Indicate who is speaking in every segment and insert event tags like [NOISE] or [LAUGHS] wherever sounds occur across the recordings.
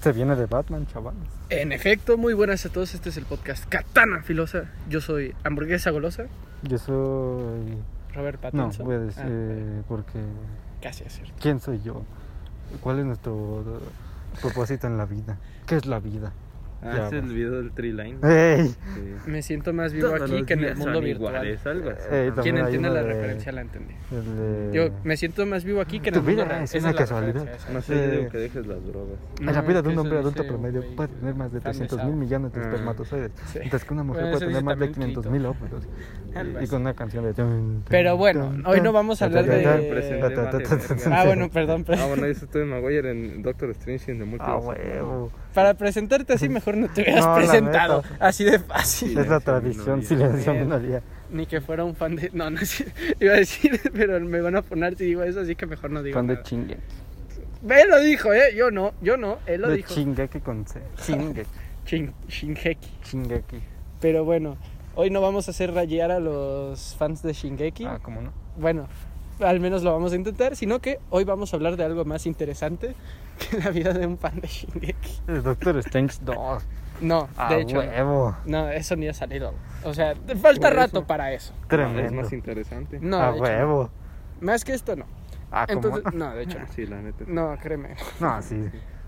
Speaker 1: Se viene de Batman, chavales.
Speaker 2: En efecto, muy buenas a todos. Este es el podcast Katana Filosa. Yo soy Hamburguesa Golosa,
Speaker 1: Yo soy.
Speaker 2: Robert
Speaker 1: No,
Speaker 2: Pattinson.
Speaker 1: voy a decir.
Speaker 2: Ah, vale.
Speaker 1: porque.
Speaker 2: Casi es cierto.
Speaker 1: ¿Quién soy yo? ¿Cuál es nuestro eh, propósito en la vida? ¿Qué es la vida?
Speaker 3: Ah,
Speaker 1: Ya,
Speaker 3: es el
Speaker 1: pues.
Speaker 3: video del Tree Line.
Speaker 1: ¡Ey!
Speaker 2: [LAUGHS]
Speaker 3: Sí.
Speaker 2: Me siento más vivo
Speaker 3: Todos
Speaker 2: aquí
Speaker 3: los
Speaker 2: que en el
Speaker 3: días
Speaker 2: mundo
Speaker 3: son
Speaker 2: virtual.
Speaker 3: iguales, algo así.
Speaker 1: Eh,
Speaker 3: Ajá.
Speaker 1: también
Speaker 2: Quien
Speaker 1: hay
Speaker 2: entiende
Speaker 1: una
Speaker 2: la
Speaker 1: de-
Speaker 2: referencia la entendí.
Speaker 1: El de-
Speaker 2: Yo me siento más vivo aquí que en
Speaker 1: Tu
Speaker 2: el mundo
Speaker 1: vida
Speaker 2: real.
Speaker 1: es
Speaker 2: Esa
Speaker 1: una
Speaker 2: la
Speaker 1: casualidad.
Speaker 2: referencia, esa.
Speaker 3: No sé,
Speaker 1: Eh,
Speaker 3: yo digo que dejes las [LAUGHS] drogas.
Speaker 1: en la
Speaker 2: No,
Speaker 1: vida de
Speaker 2: que
Speaker 1: un hombre
Speaker 2: eso dice
Speaker 1: adulto
Speaker 2: un
Speaker 1: promedio
Speaker 2: güey,
Speaker 1: puede tener más de
Speaker 2: fan
Speaker 1: 300
Speaker 2: Sao.
Speaker 1: mil millones de
Speaker 3: Ah.
Speaker 1: espermatozoides.
Speaker 2: Sí.
Speaker 1: Mientras que una mujer
Speaker 2: Bueno, eso
Speaker 1: puede tener
Speaker 2: dice
Speaker 1: más de
Speaker 2: también
Speaker 1: 500
Speaker 2: Clito.
Speaker 1: mil óvulos.
Speaker 2: Algo
Speaker 1: Y
Speaker 2: así.
Speaker 1: con una canción de.
Speaker 2: Pero bueno, hoy no vamos a hablar de-
Speaker 3: Presenté, vale, verga.
Speaker 1: [LAUGHS]
Speaker 2: Ah, bueno, perdón. pero-
Speaker 3: Ah, bueno, yo soy Tobey Maguire en Doctor Strange en The Multiverse.
Speaker 1: Ah, huevo.
Speaker 2: Para presentarte así, mejor no te hubieras
Speaker 1: [LAUGHS] No, la
Speaker 2: presentado.
Speaker 1: neta.
Speaker 2: Así de fácil.
Speaker 1: Es la
Speaker 3: Silencio,
Speaker 1: tradición,
Speaker 3: minoría.
Speaker 1: silencio,
Speaker 2: Bien.
Speaker 1: minoría.
Speaker 2: Ni que fuera un fan de. No, no sé. [LAUGHS] Iba a decir, pero me van a poner si digo eso, así que mejor no digo.
Speaker 1: Fan de
Speaker 2: nada.
Speaker 1: chingue.
Speaker 2: Ve, lo dijo, ¿eh? Yo no, yo no. Él lo
Speaker 1: De
Speaker 2: dijo.
Speaker 1: Shingeki con C. Shingeki.
Speaker 2: Shin- Shingeki.
Speaker 1: Shingeki.
Speaker 2: Pero bueno, hoy no vamos a hacer rayar a los fans de Shingeki.
Speaker 1: Ah, ¿cómo no?
Speaker 2: Bueno, al menos lo vamos a intentar, sino que hoy vamos a hablar de algo más interesante [LAUGHS] que la vida de un fan de Shingeki.
Speaker 1: El Doctor Strange 2.
Speaker 2: No,
Speaker 1: Ah,
Speaker 2: de hecho. no.
Speaker 1: huevo.
Speaker 2: No, eso ni ha salido. O sea, te falta
Speaker 3: Por
Speaker 2: rato
Speaker 3: eso.
Speaker 2: para eso.
Speaker 3: Ah, Es
Speaker 1: Tremendo.
Speaker 3: más interesante.
Speaker 2: No,
Speaker 1: ah,
Speaker 2: de hecho,
Speaker 1: huevo.
Speaker 2: más que esto no.
Speaker 1: Ah, ¿cómo
Speaker 2: Entonces, no, de hecho
Speaker 3: Ah, Sí, la neta.
Speaker 2: no. No, créeme.
Speaker 1: [LAUGHS] no? No, sí.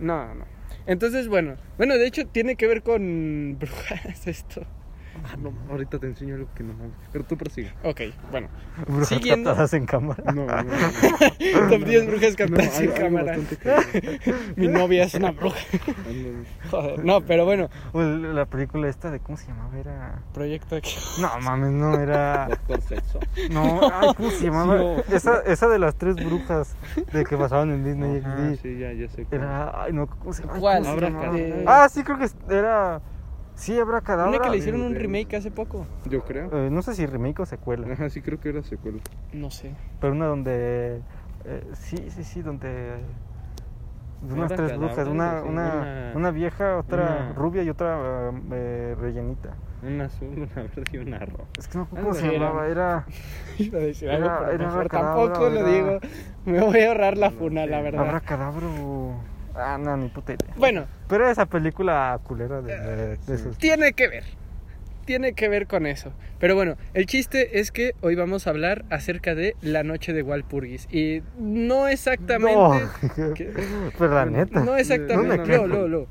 Speaker 2: No, no. Entonces, bueno, bueno, de hecho tiene que ver con [LAUGHS] brujas esto.
Speaker 3: Ah, no, ahorita te enseño algo que no mames. Pero tú prosigue.
Speaker 2: Ok, bueno.
Speaker 1: Brujas
Speaker 2: Siguiendo.
Speaker 1: tratadas en cámara.
Speaker 3: [LAUGHS] No, no, no.
Speaker 2: Top 10 brujas
Speaker 3: No,
Speaker 2: captadas
Speaker 3: hay-
Speaker 2: en
Speaker 3: hay
Speaker 2: cámara.
Speaker 3: bastante [LAUGHS] que-
Speaker 2: Mi novia es una bruja.
Speaker 3: Ándale.
Speaker 2: Joder, no, pero bueno,
Speaker 1: O el- La película esta de cómo se llamaba era.
Speaker 2: proyecto aquí.
Speaker 1: No mames, no era.
Speaker 2: [LAUGHS]
Speaker 3: Doctor Sexo.
Speaker 1: No, ay, ¿cómo se llamaba? esa, esa de las tres brujas de que pasaban en Disney
Speaker 3: Ajá,
Speaker 1: XD.
Speaker 3: Sí, ya, ya sé. cuál.
Speaker 1: Era. Ay, no, ¿cómo se ay,
Speaker 2: ¿Cuál?
Speaker 1: ¿cómo se
Speaker 3: Abra
Speaker 1: llamaba?
Speaker 3: cadabra.
Speaker 1: Ah, sí, creo que era. Sí, habrá
Speaker 2: Una que
Speaker 1: cadabra.
Speaker 2: le hicieron un remake hace poco.
Speaker 3: Yo creo.
Speaker 1: Eh, no sé si remake o secuela.
Speaker 3: Ajá, sí creo que era secuela.
Speaker 2: No sé.
Speaker 1: Pero una donde. eh, sí, sí, sí, donde. de Unas
Speaker 3: Habrá
Speaker 1: tres brujas,
Speaker 3: cadáveres,
Speaker 1: una,
Speaker 3: sí,
Speaker 1: una,
Speaker 3: una-
Speaker 1: una vieja, otra
Speaker 3: una-
Speaker 1: rubia y otra eh, rellenita.
Speaker 3: Una azul, [LAUGHS] una verde y una roja.
Speaker 1: Es que no,
Speaker 3: Algo
Speaker 1: ¿cómo se
Speaker 2: así era.
Speaker 1: llamaba? Era.
Speaker 2: Iba a decir algo,
Speaker 1: Era-
Speaker 2: pero
Speaker 1: era
Speaker 2: mejor
Speaker 1: abracadabra,
Speaker 2: tampoco lo
Speaker 1: era-
Speaker 2: digo. Me voy a ahorrar la
Speaker 3: No
Speaker 2: funa,
Speaker 3: sé.
Speaker 2: la verdad.
Speaker 1: Habrá cadabro. Ah, no, ni puta idea.
Speaker 2: Bueno,
Speaker 1: Pero esa película culera de, de- de esos.
Speaker 2: tiene que ver. Tiene que ver con eso. Pero bueno, el chiste es que hoy vamos a hablar acerca de la noche de Walpurgis. Y no exactamente.
Speaker 1: No,
Speaker 2: ¿Qué?
Speaker 1: [LAUGHS] pero la
Speaker 3: Bueno,
Speaker 1: neta.
Speaker 2: No exactamente.
Speaker 1: No me
Speaker 2: No,
Speaker 1: quejo.
Speaker 2: no, no.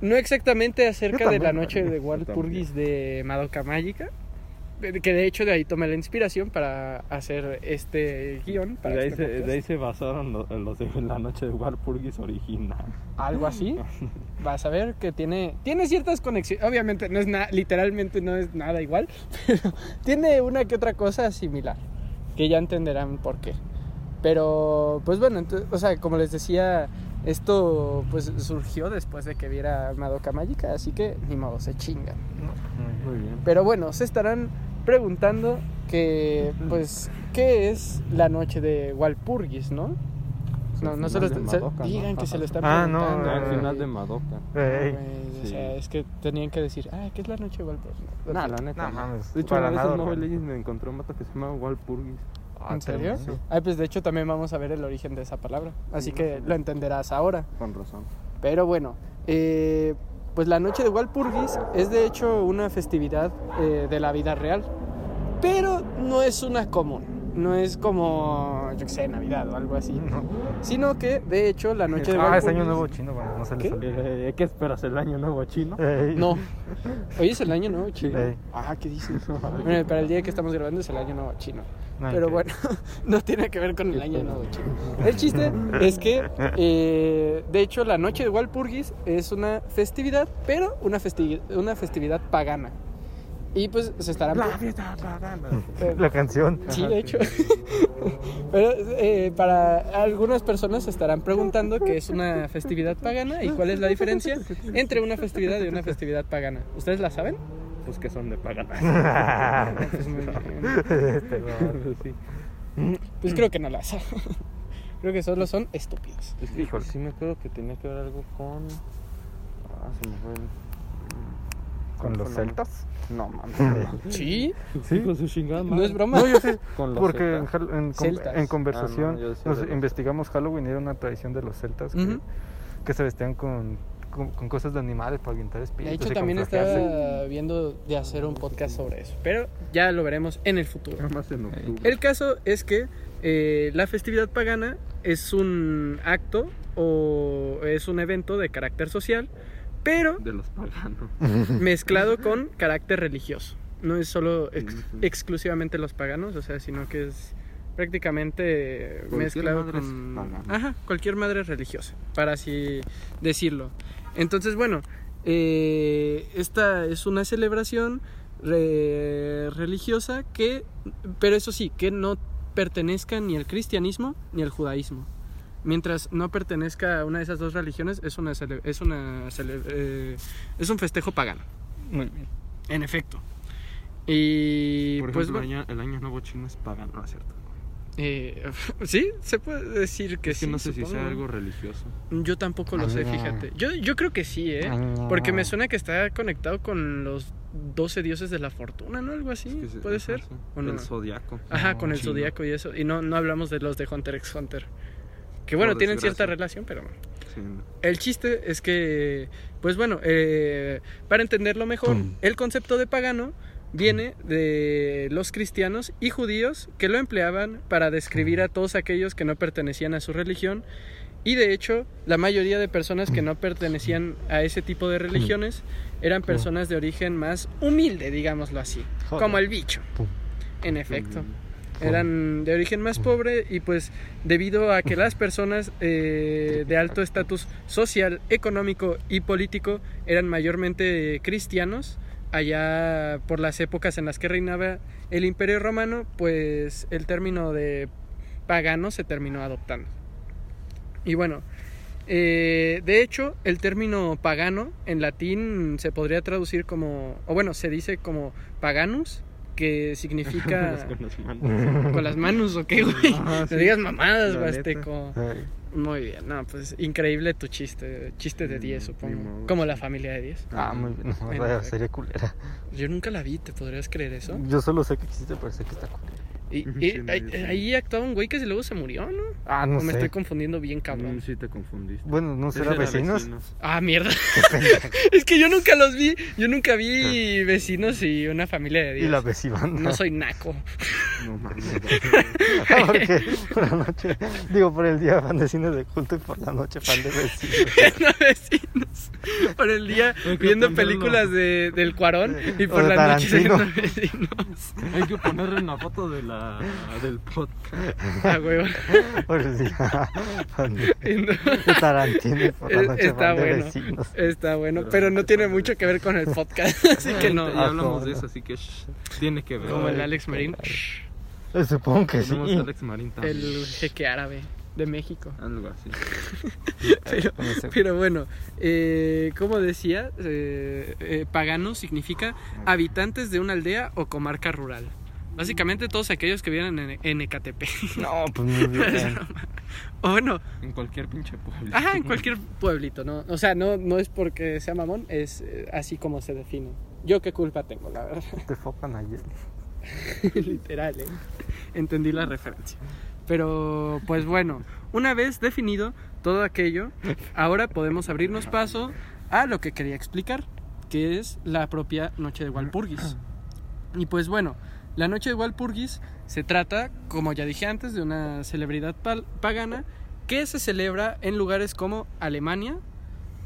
Speaker 2: No exactamente acerca
Speaker 1: Yo
Speaker 2: de la
Speaker 1: también,
Speaker 2: noche
Speaker 1: ¿vale?
Speaker 2: de Walpurgis de Madoka Mágica. de- Que de hecho de ahí tomé la inspiración para hacer este guión.
Speaker 3: Y
Speaker 2: Para
Speaker 3: de ahí,
Speaker 2: este
Speaker 3: se,
Speaker 2: podcast.
Speaker 3: de ahí se basaron lo- los de la noche de Warpurgis original. [LAUGHS]
Speaker 2: algo así, vas a ver que tiene, tiene ciertas conexiones. Obviamente, no es nada, literalmente no es nada igual, [LAUGHS] pero tiene una que otra cosa similar, que ya entenderán por qué. Pero, pues bueno, ento- o sea, como les decía, esto pues surgió después de que viera Madoka Mágica, así que ni modo, se chingan.
Speaker 3: Muy bien.
Speaker 2: Pero bueno, se estarán preguntando que, pues, ¿qué es la noche de Walpurgis, no? No, no se lo
Speaker 3: Al final
Speaker 2: est-
Speaker 3: de
Speaker 2: se-
Speaker 3: Madoka, ¿no?
Speaker 2: digan que se lo están
Speaker 1: Ah, no,
Speaker 2: preguntando.
Speaker 1: ah,
Speaker 3: Al
Speaker 1: eh,
Speaker 3: final de Madoka.
Speaker 1: Ey,
Speaker 2: Güey, o
Speaker 3: Sí.
Speaker 2: sea, es que tenían que decir, ah, ¿qué es la noche de Walpurgis?
Speaker 3: Nah, Pues la neta.
Speaker 1: No mames,
Speaker 3: de hecho,
Speaker 1: para
Speaker 3: una de
Speaker 1: nada
Speaker 3: esas Mobile
Speaker 1: orgánico.
Speaker 3: Legends me encontré un vato que se llama Walpurgis.
Speaker 1: ah,
Speaker 2: ¿En serio?
Speaker 1: tremendo.
Speaker 2: Ah, pues de hecho también vamos a ver el origen de esa palabra. Así
Speaker 3: Sí,
Speaker 2: que
Speaker 3: más o
Speaker 2: lo entenderás ahora.
Speaker 3: Con razón.
Speaker 2: Pero bueno, eh, pues la noche de Walpurgis es de hecho una festividad eh, de la vida real. Pero no es una común. No es como, yo qué sé, Navidad o algo así.
Speaker 1: [LAUGHS] No.
Speaker 2: Sino que, de hecho, la noche de
Speaker 1: Ah, es
Speaker 2: Walpurgis...
Speaker 1: año nuevo chino, bueno, no se le
Speaker 2: ¿Qué?
Speaker 1: salió.
Speaker 3: Eh, ¿Qué esperas? ¿El año nuevo chino?
Speaker 1: Ey.
Speaker 2: No. Hoy es el año nuevo chino.
Speaker 1: Ey.
Speaker 2: Ah,
Speaker 1: [LAUGHS]
Speaker 2: ¿qué dices? Bueno, para el día que estamos grabando es el año nuevo chino.
Speaker 1: No, Ah,
Speaker 2: Pero
Speaker 1: ok.
Speaker 2: bueno, [LAUGHS] no tiene que ver con el año nuevo chino. El chiste es que, eh, de hecho, la noche de Walpurgis es una festividad, pero una, festi- una festividad pagana. Y pues se estarán...
Speaker 3: fiesta pagana.
Speaker 2: eh,
Speaker 1: La
Speaker 2: [LAUGHS]
Speaker 1: canción.
Speaker 2: Sí, de hecho. Pero eh, para algunas personas se estarán preguntando qué es una festividad pagana y cuál es la diferencia entre una festividad y una festividad pagana. ¿Ustedes la saben?
Speaker 3: Pues que son de [LAUGHS] pagana.
Speaker 2: Pues, muy bien.
Speaker 1: [LAUGHS] Este, güey.
Speaker 3: sí.
Speaker 2: Pues creo que no la saben. [LAUGHS] Creo que solo son estúpidos.
Speaker 3: Es que
Speaker 1: Híjole.
Speaker 3: sí me acuerdo que tenía que ver algo con... Ah, se me fue el...
Speaker 1: ¿Con los
Speaker 3: la-
Speaker 1: celtas?
Speaker 3: No, mames. [LAUGHS]
Speaker 2: Sí,
Speaker 1: Sí.
Speaker 3: Con su chingada
Speaker 2: no
Speaker 3: madre.
Speaker 2: es broma.
Speaker 1: yo
Speaker 2: [LAUGHS]
Speaker 1: sé.
Speaker 3: Con los
Speaker 1: Porque en,
Speaker 3: celtas.
Speaker 1: Hall- en, con-
Speaker 2: Celtas.
Speaker 1: en conversación
Speaker 3: Ah, no, yo decía
Speaker 1: nos
Speaker 3: de los-
Speaker 1: investigamos Halloween, era una tradición de los celtas que,
Speaker 2: Ujú.
Speaker 1: que se vestían con con, con cosas de animales para ahuyentar espíritus.
Speaker 2: De hecho,
Speaker 1: y
Speaker 2: también
Speaker 1: camuflajearse.
Speaker 2: estaba viendo de hacer un podcast sobre eso. Pero ya lo veremos en el futuro.
Speaker 4: Nada más en octubre.
Speaker 2: El caso es que eh, la festividad pagana es un acto o es un evento de carácter social, pero
Speaker 4: De los paganos.
Speaker 2: mezclado con carácter religioso. No es solo ex-
Speaker 4: Ujú.
Speaker 2: exclusivamente los paganos, o sea, sino que es prácticamente
Speaker 4: Cualquier
Speaker 2: mezclado
Speaker 4: madre es
Speaker 2: con
Speaker 4: pagana.
Speaker 2: Ajá, cualquier madre religiosa, para así decirlo. Entonces, bueno, eh, esta es una celebración re- religiosa que, pero eso sí, que no pertenezca ni al cristianismo ni al judaísmo. Mientras no pertenezca a una de esas dos religiones, es una cele- es una cele- eh, es un festejo pagano,
Speaker 1: Muy bien.
Speaker 2: en efecto. Y
Speaker 4: Por
Speaker 2: pues
Speaker 4: ejemplo,
Speaker 2: bueno,
Speaker 4: el, año, el Año nuevo chino es pagano, ¿no es cierto?
Speaker 2: eh, [LAUGHS] sí, se puede decir que
Speaker 4: Es que
Speaker 2: sí,
Speaker 4: no sé si sea
Speaker 2: supongo.
Speaker 4: algo religioso.
Speaker 2: Yo tampoco lo sé,
Speaker 1: Añá.
Speaker 2: fíjate. Yo, yo creo que sí, ¿eh? Porque
Speaker 4: Ah.
Speaker 2: me suena que está conectado con los 12 dioses de la fortuna, ¿no? Algo así,
Speaker 4: Es que se-
Speaker 2: ¿puede
Speaker 4: ajá,
Speaker 2: ser?
Speaker 4: sí.
Speaker 2: ¿O no?
Speaker 4: El zodiaco.
Speaker 2: Ajá, con el
Speaker 4: Chino.
Speaker 2: zodiaco y eso. Y no, no hablamos de los de Hunter x Hunter. Que bueno,
Speaker 4: Por
Speaker 2: tienen cierta
Speaker 4: desgracia.
Speaker 2: relación, pero no.
Speaker 4: Sí, no.
Speaker 2: El chiste es que, pues bueno, eh, para entenderlo mejor, el concepto de pagano viene de los cristianos y judíos que lo empleaban para describir a todos aquellos que no pertenecían a su religión y de hecho la mayoría de personas que no pertenecían a ese tipo de religiones eran personas de origen más humilde, digámoslo así,
Speaker 1: Joder.
Speaker 2: como el bicho. En efecto eran de origen más pobre y pues debido a que las personas eh, de alto estatus social, económico y político eran mayormente eh, cristianos, allá por las épocas en las que reinaba el imperio romano, pues el término de pagano se terminó adoptando. Y bueno, eh, de hecho el término pagano en latín se podría traducir como, o bueno, se dice como paganus, que significa...
Speaker 4: Con [LAUGHS] las manos.
Speaker 2: Con las manos, ¿o qué, güey?
Speaker 1: Ajá,
Speaker 2: No
Speaker 1: sí.
Speaker 2: digas mamadas,
Speaker 4: La
Speaker 2: Basteco. Muy bien, no, pues increíble tu chiste. Chiste de
Speaker 4: Mm,
Speaker 2: 10,
Speaker 4: ni
Speaker 2: supongo.
Speaker 4: modo.
Speaker 2: Como la familia de 10.
Speaker 1: [LAUGHS] Ah, muy bien. No,
Speaker 2: En
Speaker 1: vaya,
Speaker 2: efecto.
Speaker 1: sería culera.
Speaker 2: Yo nunca la vi, ¿te podrías creer eso?
Speaker 1: Yo solo sé que existe, pero sé que está culera.
Speaker 2: Y,
Speaker 4: Mm, Sí,
Speaker 2: y-
Speaker 4: no,
Speaker 2: ahí,
Speaker 4: yo sí.
Speaker 2: ahí actuaba un güey que luego se murió, ¿no?
Speaker 1: Ah, no
Speaker 2: o me
Speaker 1: sé.
Speaker 2: estoy confundiendo bien, cabrón.
Speaker 4: Mm, Sí, te confundiste.
Speaker 1: Bueno, ¿no será
Speaker 4: Ese era
Speaker 1: vecinos?
Speaker 4: vecino.
Speaker 2: Ah,
Speaker 4: [LAUGHS]
Speaker 2: mierda. [LAUGHS] es que yo nunca los vi. Yo nunca
Speaker 4: Ah.
Speaker 2: vi vecinos y una familia de
Speaker 1: Y
Speaker 2: 10.
Speaker 1: la vecibanda. [LAUGHS]
Speaker 2: No soy
Speaker 4: [LAUGHS]
Speaker 2: naco. [LAUGHS]
Speaker 4: No mames.
Speaker 1: Porque por la noche, digo, por el día fan de cines de culto y por la noche fan de vecinos.
Speaker 2: no vecinos. [LAUGHS] Por el día
Speaker 4: Hay que
Speaker 2: viendo
Speaker 4: ponerlo.
Speaker 2: películas de, del Cuarón y
Speaker 1: O
Speaker 2: por
Speaker 1: de
Speaker 2: la noche
Speaker 1: Tarantino.
Speaker 2: viendo
Speaker 4: [LAUGHS]
Speaker 2: vecinos.
Speaker 4: Hay que ponerle una foto de la, del podcast.
Speaker 2: Ah, huevo.
Speaker 1: Por el día [LAUGHS] fan de,
Speaker 2: No,
Speaker 4: [LAUGHS]
Speaker 1: de Tarantino y por la
Speaker 2: Es-
Speaker 1: noche
Speaker 2: está
Speaker 1: fan de
Speaker 2: bueno.
Speaker 1: vecinos.
Speaker 2: Está bueno,
Speaker 4: Pero
Speaker 2: pero no
Speaker 4: no te
Speaker 2: tiene
Speaker 4: pases.
Speaker 2: mucho que ver con el podcast, así que no.
Speaker 4: Ya hablamos
Speaker 1: Ah,
Speaker 4: de eso, así que shh, tiene que
Speaker 2: [LAUGHS]
Speaker 4: ver.
Speaker 2: Como el Alex Marín,
Speaker 1: Eh, Supongo que sí.
Speaker 4: Tenemos a Alex Marín también.
Speaker 2: el jeque árabe de México.
Speaker 4: Algo [LAUGHS] así.
Speaker 2: Pero,
Speaker 1: No sé.
Speaker 2: pero bueno, eh, como decía, eh, eh, pagano significa habitantes de una aldea o comarca rural. Básicamente todos aquellos que vienen en, en Ecatepec. [LAUGHS]
Speaker 1: No, pues muy bien.
Speaker 2: O bueno,
Speaker 4: En cualquier pinche pueblo.
Speaker 2: Ajá, en cualquier pueblito, ¿no? O sea, no, no es porque sea mamón, es eh, así como se define. Yo qué culpa tengo, la verdad.
Speaker 1: Te focan ayer.
Speaker 2: [LAUGHS] Literal, ¿eh? Entendí la referencia. Pero, pues bueno, una vez definido todo aquello, ahora podemos abrirnos paso a lo que quería explicar, que es la propia noche de Walpurgis. Y pues bueno, la noche de Walpurgis se trata, como ya dije antes, de una celebridad pal- pagana que se celebra en lugares como Alemania,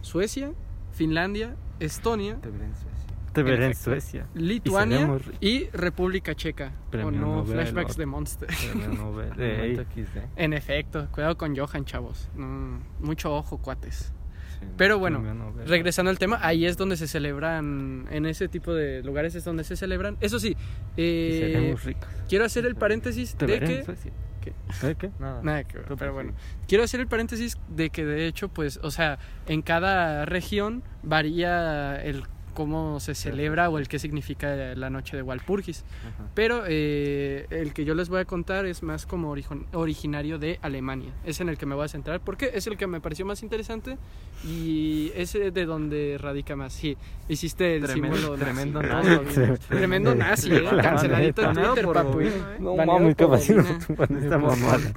Speaker 2: Suecia, Finlandia, Estonia,
Speaker 4: [LAUGHS] Te veré en Suecia.
Speaker 1: Te
Speaker 2: veré en
Speaker 1: Suecia.
Speaker 2: Lituania
Speaker 1: seremos ri-
Speaker 2: y República Checa. O
Speaker 1: Premio
Speaker 2: no,
Speaker 1: Nobel,
Speaker 2: flashbacks
Speaker 1: o-
Speaker 2: de Monster. [LAUGHS]
Speaker 4: [LAUGHS] Momento ¿eh? XD.
Speaker 2: En efecto, cuidado con Johan, chavos. No, mucho ojo, cuates.
Speaker 4: Sí.
Speaker 2: Pero bueno, regresando al tema, ahí es donde se celebran, en ese tipo de lugares es donde se celebran. Eso sí, eh,
Speaker 1: Seremos ricos.
Speaker 2: quiero hacer el paréntesis
Speaker 1: Te
Speaker 2: de
Speaker 1: veré en pues,
Speaker 2: que...
Speaker 1: Suecia.
Speaker 2: ¿Qué?
Speaker 1: ¿Sabes qué?
Speaker 4: Nada.
Speaker 2: Nada que ver,
Speaker 4: Tú
Speaker 2: pero
Speaker 4: prosigue.
Speaker 2: bueno. Quiero hacer el paréntesis de que de hecho, pues, o sea, en cada región varía el cómo se celebra o el qué significa la noche de Walpurgis.
Speaker 3: Ajá.
Speaker 2: Pero eh, el que yo les voy a contar es más como orijo- originario de Alemania. Es en el que me voy a centrar porque es el que me pareció más interesante y es eh, de donde radica más. Sí, hiciste el
Speaker 4: Tremendo-
Speaker 2: símbolo
Speaker 4: tremendo
Speaker 2: nazi.
Speaker 4: nazi.
Speaker 2: Todo bien. Tremendo nazi, eh.
Speaker 1: Claro,
Speaker 2: Canceladito en
Speaker 4: Baneado
Speaker 2: Twitter,
Speaker 4: por
Speaker 2: papu.
Speaker 4: Bobina, ¿eh?
Speaker 1: No
Speaker 2: Baneado
Speaker 1: mames, [LAUGHS]
Speaker 2: por
Speaker 1: capaz si nos
Speaker 2: Bobina.
Speaker 1: tumban esta mamada.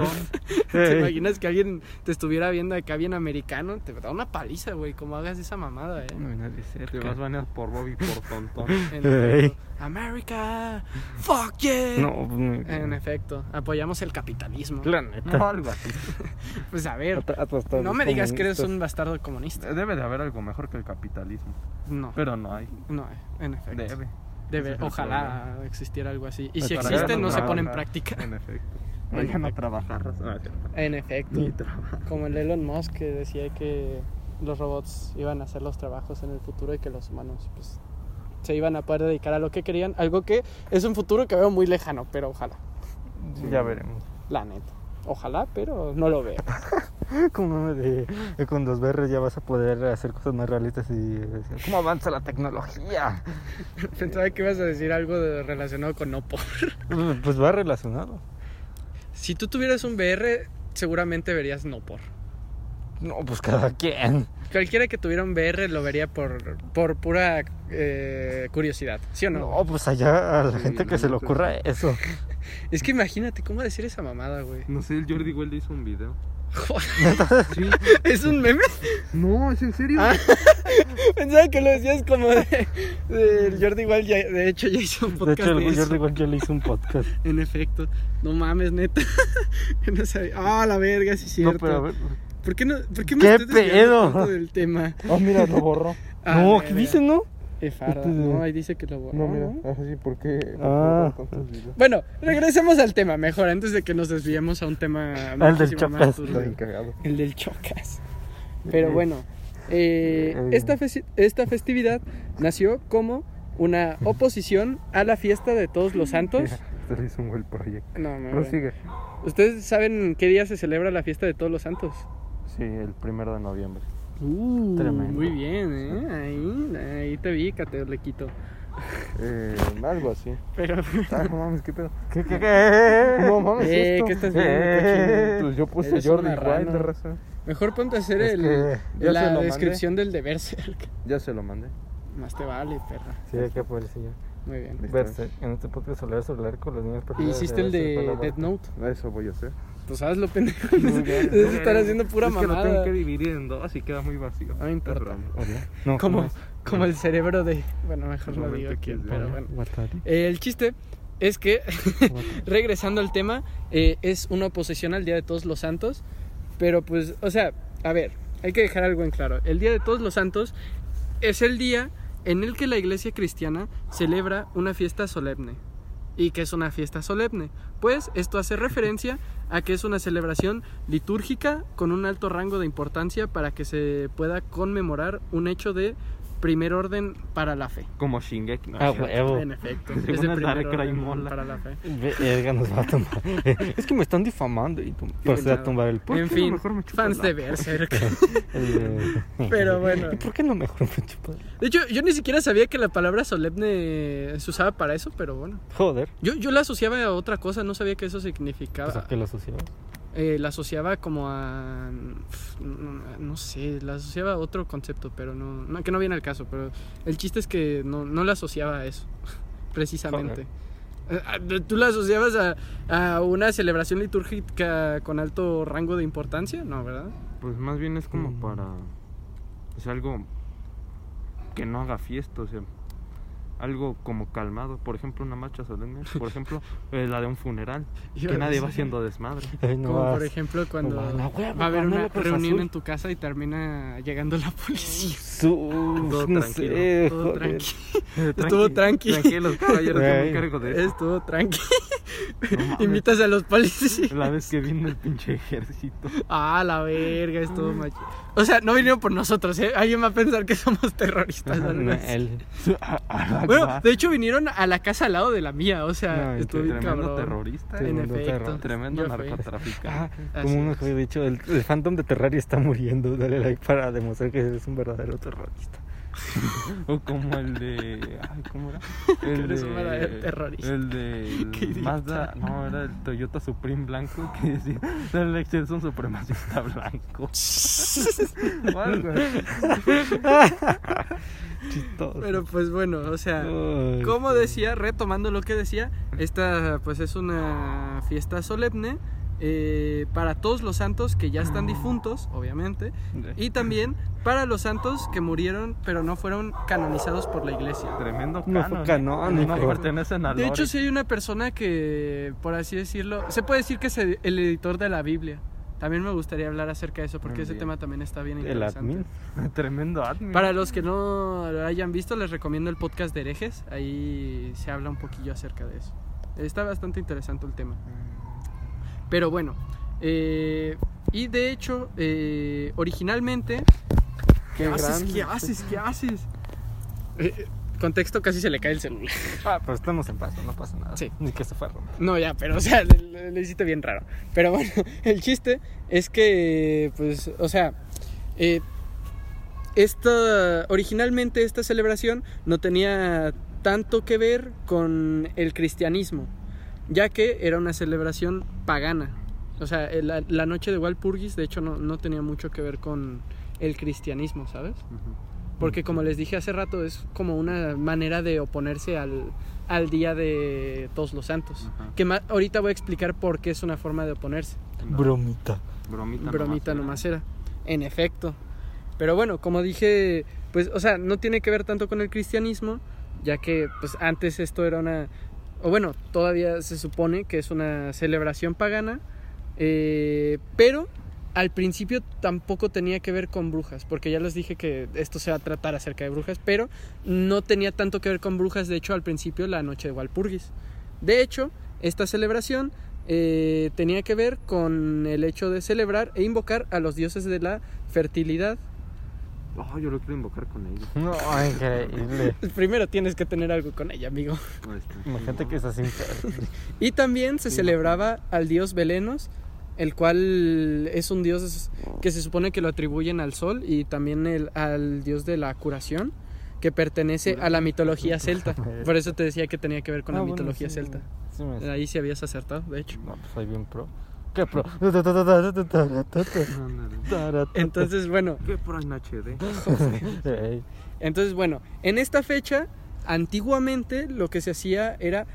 Speaker 2: ¿Te
Speaker 1: Ey.
Speaker 2: imaginas que alguien te estuviera viendo acá bien americano? Te da una paliza, güey, como hagas esa mamada, eh.
Speaker 1: No, no, de
Speaker 4: Te
Speaker 1: cerca.
Speaker 4: vas baneado por Bobby por tontón.
Speaker 2: En
Speaker 1: Ey.
Speaker 2: efecto. America, fuck yeah.
Speaker 1: No, pues,
Speaker 2: En efecto, apoyamos el capitalismo.
Speaker 1: La neta.
Speaker 4: No, algo así.
Speaker 2: [LAUGHS] Pues a ver,
Speaker 1: Atrás, bastardos
Speaker 2: no me digas que eres
Speaker 1: comunistas. Eh,
Speaker 2: un bastardo comunista.
Speaker 4: [LAUGHS] Debe de haber algo mejor que el capitalismo.
Speaker 2: No,
Speaker 4: Pero no hay.
Speaker 2: no, eh, en efecto.
Speaker 4: Debe.
Speaker 2: Debe,
Speaker 4: Ese es el
Speaker 2: ojalá existiera algo así. Y
Speaker 1: Pues
Speaker 2: si
Speaker 1: para
Speaker 2: existe,
Speaker 1: eso
Speaker 2: no se
Speaker 1: trabaja.
Speaker 2: pone en práctica.
Speaker 1: [LAUGHS]
Speaker 4: En efecto.
Speaker 2: En
Speaker 4: Oigan a
Speaker 2: efecto.
Speaker 4: trabajar. Ah,
Speaker 2: En efecto. Como el Elon Musk que decía que los robots iban a hacer los trabajos en el futuro y que los humanos pues, se iban a poder dedicar a lo que querían. Algo que es un futuro que veo muy lejano, pero ojalá.
Speaker 1: Ya veremos.
Speaker 2: La neta. Ojalá, pero no lo veo.
Speaker 1: Como meme de eh, con dos berres ya vas a poder hacer cosas más realistas y eh, decir, cómo avanza la tecnología.
Speaker 2: Pensaba que ibas a decir algo de- relacionado con no por.
Speaker 1: Mm, Pues va relacionado.
Speaker 2: Si tú tuvieras un VR, seguramente verías no por.
Speaker 1: No, pues cada quien.
Speaker 2: Cualquiera que tuviera un VR lo vería por, por pura eh, curiosidad, ¿sí o no?
Speaker 1: No, pues allá a la
Speaker 4: Sí,
Speaker 1: gente
Speaker 4: la
Speaker 1: que se le
Speaker 4: neta.
Speaker 1: ocurra eso.
Speaker 2: Es que imagínate cómo decir esa mamada, güey.
Speaker 4: No sé, el Jordi Weldy hizo un video. Sí.
Speaker 2: [LAUGHS] ¿Es un meme? [LAUGHS]
Speaker 4: No, es en serio.
Speaker 2: Ah. Pensaba que lo decías como de, de- el Jordi igual ya, de hecho ya hizo un
Speaker 1: De
Speaker 2: podcast
Speaker 1: hecho,
Speaker 2: de,
Speaker 1: el
Speaker 2: eso.
Speaker 1: Jordi igual ya le hizo un podcast.
Speaker 2: [LAUGHS] En efecto. No mames, neta. [LAUGHS] Yo no sabía. Ah, la verga, sí es cierto.
Speaker 1: No, pero a ver.
Speaker 2: ¿Por qué no por qué me
Speaker 1: ¿Qué
Speaker 2: estoy desviando
Speaker 1: pedo?
Speaker 2: tanto del tema?
Speaker 3: Ah, mira, lo borró.
Speaker 2: Ah,
Speaker 1: no, ¿qué
Speaker 2: verga.
Speaker 1: dicen, no?
Speaker 2: Eh, farda. No, ahí dice que lo borró.
Speaker 3: No,
Speaker 2: ¿no?
Speaker 3: mira. Así, ¿por qué?
Speaker 1: Ah.
Speaker 3: ¿Por qué borró tantos videos?
Speaker 2: Bueno, regresemos al tema mejor, antes de que nos desviemos a
Speaker 1: [LAUGHS]
Speaker 2: un tema
Speaker 1: del
Speaker 2: muchísimo más
Speaker 1: Chocas.
Speaker 2: turbio.
Speaker 3: Está bien cagado.
Speaker 2: El del Chocas. Pero bueno, eh, esta, festi- esta festividad nació como una oposición a la fiesta de todos los santos.
Speaker 3: [LAUGHS]
Speaker 1: [LAUGHS]
Speaker 3: Este le hizo un buen proyecto.
Speaker 2: No, no, no.
Speaker 3: Prosigue.
Speaker 2: ¿Ustedes saben qué día se celebra la fiesta de todos los santos?
Speaker 3: Sí, el primero de noviembre.
Speaker 1: Uh, Tremendo.
Speaker 2: Muy bien, ¿eh? Ahí, ahí te vi, Cateolequito.
Speaker 3: Eh, algo
Speaker 1: [LAUGHS]
Speaker 3: así.
Speaker 2: Pero,
Speaker 3: Ah, no mames, qué pedo.
Speaker 1: ¿Qué, qué, [LAUGHS] qué?
Speaker 3: No mames,
Speaker 2: Eh,
Speaker 3: esto.
Speaker 2: ¿qué estás
Speaker 1: viendo,
Speaker 2: cochino?
Speaker 3: Pues yo puse
Speaker 2: Eres un
Speaker 3: Jordi White
Speaker 2: marrano.
Speaker 3: de raza.
Speaker 2: mejor ponte a hacer
Speaker 1: Es
Speaker 2: el-
Speaker 1: que
Speaker 3: ya se
Speaker 2: la
Speaker 3: lo
Speaker 2: descripción del deber ser. [LAUGHS]
Speaker 3: Ya se lo mandé.
Speaker 2: Más te vale, perra.
Speaker 1: Sí, de qué policía.
Speaker 2: Muy bien.
Speaker 3: Listo.
Speaker 1: Verse, en este podcast hablar sobre el arco, los niños
Speaker 2: Y
Speaker 1: perdidos.
Speaker 2: hiciste el de Dead Note.
Speaker 3: Eso voy a hacer.
Speaker 2: Tú sabes lo pendejo. [LAUGHS] Debes estar haciendo pura
Speaker 4: es
Speaker 2: mamada.
Speaker 4: que lo tengo que dividir en dos y queda muy vacío.
Speaker 1: Ah,
Speaker 2: No importa.
Speaker 4: Perdón.
Speaker 1: No,
Speaker 2: como, como el cerebro de. Bueno, mejor no
Speaker 4: Momento
Speaker 2: digo quién,
Speaker 4: XD.
Speaker 2: pero bueno.
Speaker 1: Watari.
Speaker 2: El chiste es que, [LAUGHS] regresando al tema, eh, es una oposición al Día de Todos los Santos. Pero pues, o sea, a ver, hay que dejar algo en claro. El Día de Todos los Santos es el día en el que la iglesia cristiana celebra una fiesta solemne. ¿Y que es una fiesta solemne? Pues esto hace referencia a que es una celebración litúrgica con un alto rango de importancia para que se pueda conmemorar un hecho de primer orden para la fe.
Speaker 4: Como Shingeki. no,
Speaker 1: Ah,
Speaker 4: es cierto.
Speaker 1: huevo.
Speaker 2: En
Speaker 4: [LAUGHS]
Speaker 2: efecto.
Speaker 4: Según
Speaker 2: es de
Speaker 4: el
Speaker 2: primer
Speaker 4: Dark
Speaker 2: orden
Speaker 4: Raimola.
Speaker 2: para la fe.
Speaker 1: Verga, nos va a tomar. es que me están difamando y tum- pues se va a tumbar el podcast.
Speaker 2: En
Speaker 4: qué no
Speaker 2: fin,
Speaker 4: mejor me chupa
Speaker 2: fans
Speaker 4: la-
Speaker 2: de Berserk.
Speaker 4: [LAUGHS]
Speaker 2: Pero
Speaker 1: [LAUGHS] Pero
Speaker 2: bueno.
Speaker 1: ¿Por qué no eh, mejor me chupa?
Speaker 2: De hecho, yo ni siquiera sabía que la palabra solemne se usaba para eso, pero bueno.
Speaker 1: Joder.
Speaker 2: Yo, yo la asociaba a otra cosa, no sabía que eso significaba.
Speaker 1: Pues a qué lo asociabas.
Speaker 2: Eh, la asociaba como a. pf, No, no sé, la asociaba a otro concepto, pero no, no- Que no viene al caso, pero el chiste es que no, no la asociaba a eso, [LAUGHS] precisamente. Eh, ah, ¿Tú la asociabas a, a una celebración litúrgica con alto rango de importancia? No, ¿verdad?
Speaker 4: Pues más bien es como
Speaker 1: Mm.
Speaker 4: para. Es algo que no haga fiesta, o sea. Algo como calmado. Por ejemplo, una marcha solemne.
Speaker 1: [LAUGHS]
Speaker 4: Por ejemplo, eh, la de un funeral.
Speaker 2: Iba
Speaker 4: Que
Speaker 2: a
Speaker 4: nadie va
Speaker 2: decir-
Speaker 4: haciendo "Ah, desmadre.
Speaker 1: Ay, no
Speaker 2: Como por
Speaker 1: vas.
Speaker 2: ejemplo cuando
Speaker 1: no va, la hueva,
Speaker 2: va a haber
Speaker 1: ganó
Speaker 2: una
Speaker 1: la Cruz
Speaker 2: reunión
Speaker 1: Azul.
Speaker 2: en tu casa y termina llegando la policía.
Speaker 1: Su-
Speaker 4: Todo
Speaker 1: no
Speaker 4: tranquilo,
Speaker 1: sé,
Speaker 2: Todo
Speaker 1: joder.
Speaker 2: tranqui. [LAUGHS] Estuvo
Speaker 4: Estuvo
Speaker 2: tranqui.
Speaker 4: Tranquilos, caballeros, yo me
Speaker 1: Ey.
Speaker 4: encargo de eso.
Speaker 2: Estuvo tranqui.
Speaker 4: No
Speaker 2: [LAUGHS]
Speaker 4: mames.
Speaker 2: Invitas a los policías.
Speaker 4: [LAUGHS] La vez que vino el
Speaker 2: [LAUGHS]
Speaker 4: pinche ejército.
Speaker 2: Ah, la verga, estuvo macho. O sea, no vinieron por nosotros, ¿eh? Alguien va a pensar que somos [LAUGHS] terroristas.
Speaker 1: Ajá,
Speaker 2: algo
Speaker 1: no,
Speaker 2: así.
Speaker 1: él.
Speaker 2: Bueno, de hecho vinieron a la casa al lado de la mía, o sea,
Speaker 1: No,
Speaker 2: estuvo bien
Speaker 4: Tremendo
Speaker 2: cabrón.
Speaker 4: terrorista.
Speaker 2: En
Speaker 4: eh.
Speaker 1: Tremendo
Speaker 2: efecto.
Speaker 1: terror.
Speaker 4: Tremendo
Speaker 2: Yo fui. [LAUGHS]
Speaker 4: narcotraficante.
Speaker 1: Ah,
Speaker 2: Así
Speaker 1: como uno
Speaker 2: es.
Speaker 1: que había dicho, el, el fandom de Terraria está muriendo. Dale like para demostrar que eres un verdadero terrorista.
Speaker 4: o como el de. Ay,
Speaker 2: [LAUGHS]
Speaker 4: ¿cómo era? El
Speaker 2: eres un verdadero terrorista.
Speaker 4: El de.
Speaker 2: [LAUGHS] Qué
Speaker 4: el
Speaker 2: idiota.
Speaker 4: Mazda. No, era el Toyota Supreme blanco que decía. [LAUGHS] El Lex es un supremacista [LAUGHS] blanco. O algo así. Chistoso.
Speaker 2: Pero pues bueno, o sea,
Speaker 1: este,
Speaker 4: Ay,
Speaker 2: como
Speaker 4: sí.
Speaker 2: decía, retomando lo que decía, esta pues es una fiesta solemne eh, para todos los santos que ya están difuntos, obviamente, y también para los santos que murieron pero no fueron canonizados por la iglesia.
Speaker 4: Tremendo
Speaker 1: No fue
Speaker 4: canon. ¿eh?
Speaker 1: canónico.
Speaker 4: No pertenecen al
Speaker 2: De
Speaker 4: lore.
Speaker 2: hecho, si hay una persona que, por así decirlo, se puede decir que es el, el editor de la Biblia. También me gustaría hablar acerca de eso porque
Speaker 4: Muy
Speaker 2: ese
Speaker 4: bien.
Speaker 2: tema también está bien
Speaker 1: El
Speaker 2: interesante.
Speaker 1: admin.
Speaker 4: [LAUGHS] Tremendo admin.
Speaker 2: Para los que no lo hayan visto, les recomiendo el podcast de herejes. Ahí se habla un poquillo acerca de eso. Está bastante interesante el tema. Pero bueno, eh, y de hecho, eh, originalmente...
Speaker 1: Qué grande.
Speaker 4: [LAUGHS]
Speaker 2: haces? ¿Qué haces? Eh, contexto, casi se le cae el celular.
Speaker 1: Ah, pero estamos en paz, no pasa nada.
Speaker 2: Sí.
Speaker 1: Ni que se fue a romper.
Speaker 2: No, ya, pero o sea, le- le, le hiciste bien raro. Pero bueno, [LAUGHS] el chiste es que, pues, o sea, eh, esta, originalmente esta celebración no tenía tanto que ver con el cristianismo, ya que era una celebración pagana. O sea, eh, la, la noche de Walpurgis, de hecho, no, no tenía mucho que ver con el cristianismo, ¿sabes?
Speaker 4: Ujú.
Speaker 2: Porque como les dije hace rato, es como una manera de oponerse al, al Día de Todos los Santos.
Speaker 4: Ajá.
Speaker 2: Que ma- ahorita voy a explicar por qué es una forma de oponerse.
Speaker 1: Bromita.
Speaker 4: Bromita, ¿eh?
Speaker 2: Bromita
Speaker 4: era.
Speaker 2: nomás eh. era. En efecto. Pero bueno, como dije, pues, o sea, no tiene que ver tanto con el cristianismo, ya que pues antes esto era una, o bueno, todavía se supone que es una celebración pagana, eh, pero al principio tampoco tenía que ver con brujas, porque ya les dije que esto se va a tratar acerca de brujas, pero no tenía tanto que ver con brujas, de hecho al principio la noche de Walpurgis. De hecho, esta celebración eh, tenía que ver con el hecho de celebrar e invocar a los dioses de la fertilidad.
Speaker 4: Oh, yo lo quiero invocar con ella.
Speaker 1: No, increíble.
Speaker 2: Pues Primero tienes que tener algo con ella, amigo.
Speaker 4: Ahí está.
Speaker 1: Imagínate que es así.
Speaker 2: Ah, Y también se
Speaker 4: Sí,
Speaker 2: celebraba al dios Belenos, el cual es un dios que se supone que lo atribuyen al sol y también el- al dios de la curación, que pertenece a la mitología celta. Por eso te decía que tenía que ver con la mitología celta.
Speaker 1: Ah, Sí, me
Speaker 2: Ahí sí habías acertado, de
Speaker 1: [LAUGHS]
Speaker 2: hecho.
Speaker 1: No, pues soy bien pro. ¿Qué
Speaker 2: [LAUGHS]
Speaker 1: pro?
Speaker 4: Ándale.
Speaker 2: Entonces, bueno,
Speaker 4: ¿Qué por en HD? [LAUGHS]
Speaker 1: Ey,
Speaker 2: Entonces, bueno, en esta fecha, antiguamente lo que se hacía era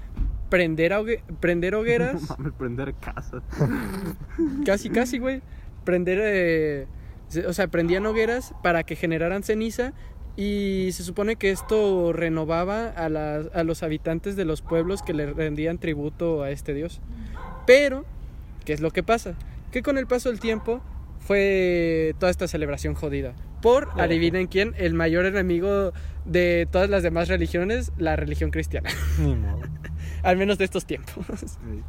Speaker 2: prender, ahogue- prender hogueras,
Speaker 4: Mames, prender casas.
Speaker 2: [LAUGHS] casi, casi, güey. Prender, eh, se- o sea, prendían hogueras para que generaran ceniza y se supone que esto renovaba a, las- a los habitantes de los pueblos que le rendían tributo a este dios. Pero, ¿qué es lo que pasa? Que con el paso del tiempo fue toda esta celebración jodida. Por, adivinen quién, el mayor enemigo de todas las demás religiones, la religión cristiana. [LAUGHS]
Speaker 1: Ni modo.
Speaker 2: Al menos de estos tiempos.
Speaker 4: Ey,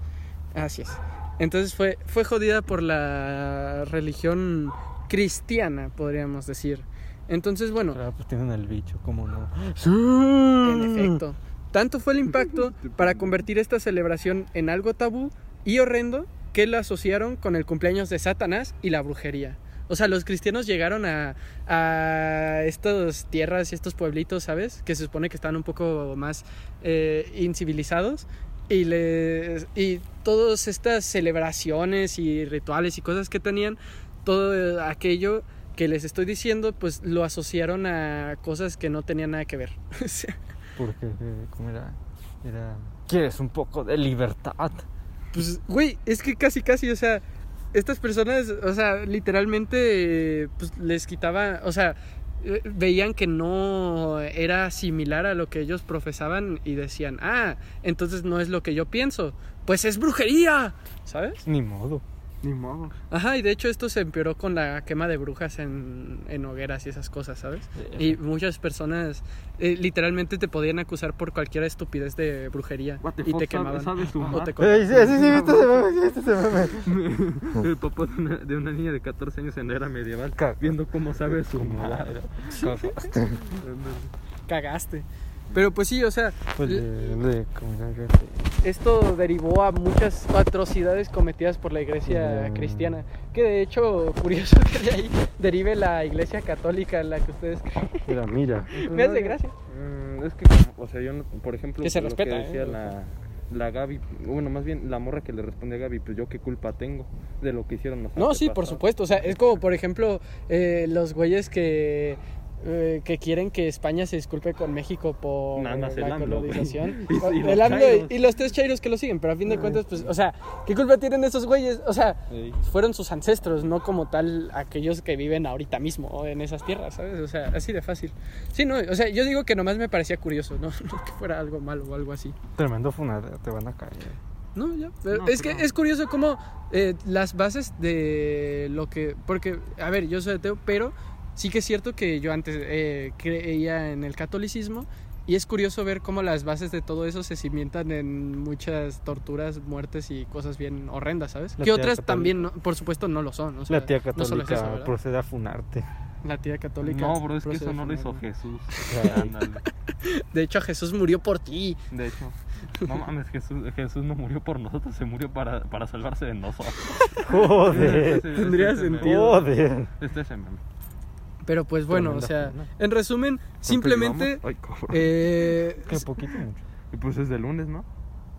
Speaker 2: Así es. Entonces fue, fue jodida por la religión cristiana, podríamos decir. Entonces, bueno,
Speaker 1: Claro, pues tienen el bicho, ¿cómo no? Mm.
Speaker 2: en efecto. Tanto fue el impacto para convertir esta celebración en algo tabú y horrendo que la asociaron con el cumpleaños de Satanás y la brujería. O sea, los cristianos llegaron a, a estas tierras y estos pueblitos, ¿sabes? Que se supone que están un poco más eh, incivilizados. Y, les, y todas estas celebraciones y rituales y cosas que tenían, todo aquello que les estoy diciendo, pues lo asociaron a cosas que no tenían nada que ver. [LAUGHS] O sea,
Speaker 1: Porque, eh, ¿cómo era? Era. ¿Quieres un poco de libertad?
Speaker 2: Pues, güey, es que casi, casi, o sea, estas personas, o sea, literalmente, eh, pues les quitaba, o sea, eh, veían que no era similar a lo que ellos profesaban y decían, ah, entonces no es lo que yo pienso, pues es brujería, ¿sabes?
Speaker 1: Ni modo.
Speaker 4: Ni modo. [LAUGHS]
Speaker 2: Ajá, y de hecho esto se empeoró con la quema de brujas en, en hogueras y esas cosas, ¿sabes? Y muchas personas eh, literalmente te podían acusar por cualquier estupidez de brujería
Speaker 4: What the
Speaker 2: y
Speaker 4: fuck,
Speaker 2: te
Speaker 4: sabe-
Speaker 2: quemaban.
Speaker 4: sabe su
Speaker 2: o te
Speaker 4: madre.
Speaker 2: co-
Speaker 1: Ey, sí, sí, sí, viste
Speaker 2: [LAUGHS]
Speaker 1: ese meme, sí, viste ese meme.
Speaker 4: El papá de una, de una niña de 14 años en la era medieval.
Speaker 1: Ca-
Speaker 4: Viendo cómo sabe su
Speaker 1: Como
Speaker 4: madre.
Speaker 1: madre. Cosas.
Speaker 4: Ándale.
Speaker 2: cagaste. Pero pues sí, o sea, [LAUGHS]
Speaker 1: Pues
Speaker 2: l-
Speaker 1: de, de comida que-
Speaker 2: esto derivó a muchas atrocidades cometidas por la iglesia
Speaker 1: Mm.
Speaker 2: cristiana. Que de hecho, curioso [LAUGHS] que de ahí derive la iglesia católica en la que ustedes creen.
Speaker 1: Mira, mira.
Speaker 2: [LAUGHS] Me hace gracia.
Speaker 4: Mm, Es que, como- o sea, yo, no- por ejemplo,
Speaker 2: Que se
Speaker 4: lo
Speaker 2: respeta,
Speaker 4: que decía
Speaker 2: ¿eh?
Speaker 4: la, la Gaby, bueno, más bien la morra que le responde a Gaby, pues yo qué culpa tengo de lo que hicieron los
Speaker 2: No, sí, por
Speaker 4: antepasados?
Speaker 2: supuesto. O sea, es como, por ejemplo, eh, los güeyes que, eh, que quieren que España se disculpe con México por
Speaker 4: Nada más el
Speaker 2: la
Speaker 4: AMLO, güey.
Speaker 2: colonización.
Speaker 4: [LAUGHS] Y- y
Speaker 2: El
Speaker 4: los
Speaker 2: AMLO
Speaker 4: chairos.
Speaker 2: y los tres chairos que lo siguen. Pero a fin de cuentas, pues, o sea, ¿qué culpa tienen esos güeyes? O sea,
Speaker 4: Ey.
Speaker 2: fueron sus ancestros, no como tal aquellos que viven ahorita mismo en esas tierras, ¿sabes? O sea, así de fácil. Sí, no, o sea, yo digo que nomás me parecía curioso, ¿no? [LAUGHS] No que fuera algo malo o algo así.
Speaker 1: Tremendo funada, te van a caer.
Speaker 2: No, ya. pero
Speaker 4: No,
Speaker 2: es que
Speaker 4: pero-
Speaker 2: es curioso cómo eh, las bases de lo que. Porque, a ver, yo soy ateo, pero sí que es cierto que yo antes eh, creía en el catolicismo. Y es curioso ver cómo las bases de todo eso se cimientan en muchas torturas, muertes y cosas bien horrendas, ¿sabes?
Speaker 1: La
Speaker 2: que
Speaker 1: tía
Speaker 2: otras
Speaker 1: católica.
Speaker 2: también, no- por supuesto, no lo son. o sea,
Speaker 1: La tía
Speaker 2: no solo es eso,
Speaker 1: católica
Speaker 2: ¿verdad?
Speaker 1: procede a funarte.
Speaker 2: la tía católica.
Speaker 4: No, bro, es que
Speaker 2: procede
Speaker 4: eso no lo hizo
Speaker 2: fenomenal.
Speaker 4: Jesús. O sea, ándale.
Speaker 2: De hecho, Jesús murió por ti.
Speaker 4: De hecho, no mames, Jesús, Jesús no murió por nosotros, se murió para, para salvarse de nosotros.
Speaker 1: Joder.
Speaker 4: Este- este
Speaker 2: Tendría
Speaker 4: es el meme.
Speaker 2: sentido.
Speaker 1: Joder.
Speaker 4: Este es el meme.
Speaker 2: Pero pues bueno, o
Speaker 1: Tremenda
Speaker 2: sea,
Speaker 1: pena.
Speaker 2: en resumen, [LAUGHS] simplemente.
Speaker 4: ¿Cuánto llevamos? Ay, cabrón.
Speaker 2: eh,
Speaker 1: Que poquito mucho.
Speaker 4: Pues es de lunes, ¿no?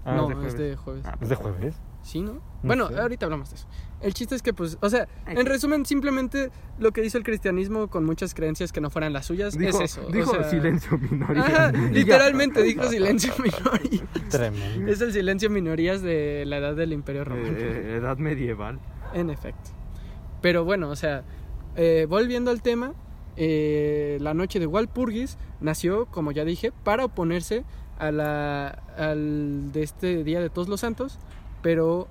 Speaker 4: Ah,
Speaker 2: no,
Speaker 4: es de
Speaker 2: es de jueves.
Speaker 4: Ah,
Speaker 1: ¿Es pues de jueves?
Speaker 2: Sí, ¿no? bueno,
Speaker 1: sé.
Speaker 2: ahorita hablamos de eso. El chiste es que, pues, o sea, en resumen, simplemente lo que hizo el cristianismo con muchas creencias que no fueran las suyas
Speaker 4: Dijo,
Speaker 2: es eso. o
Speaker 4: dijo
Speaker 2: sea-
Speaker 4: silencio minoría. [LAUGHS]
Speaker 2: Ajá,
Speaker 4: Y ya.
Speaker 2: literalmente
Speaker 4: [LAUGHS]
Speaker 2: dijo silencio minoría.
Speaker 1: Tremendo.
Speaker 2: Es el silencio minorías de la edad del Imperio Romano.
Speaker 4: Eh, edad medieval.
Speaker 2: En efecto. Pero bueno, o sea, eh, volviendo al tema, eh, la noche de Walpurgis nació, como ya dije, para oponerse a la, al de este Día de Todos los Santos, pero,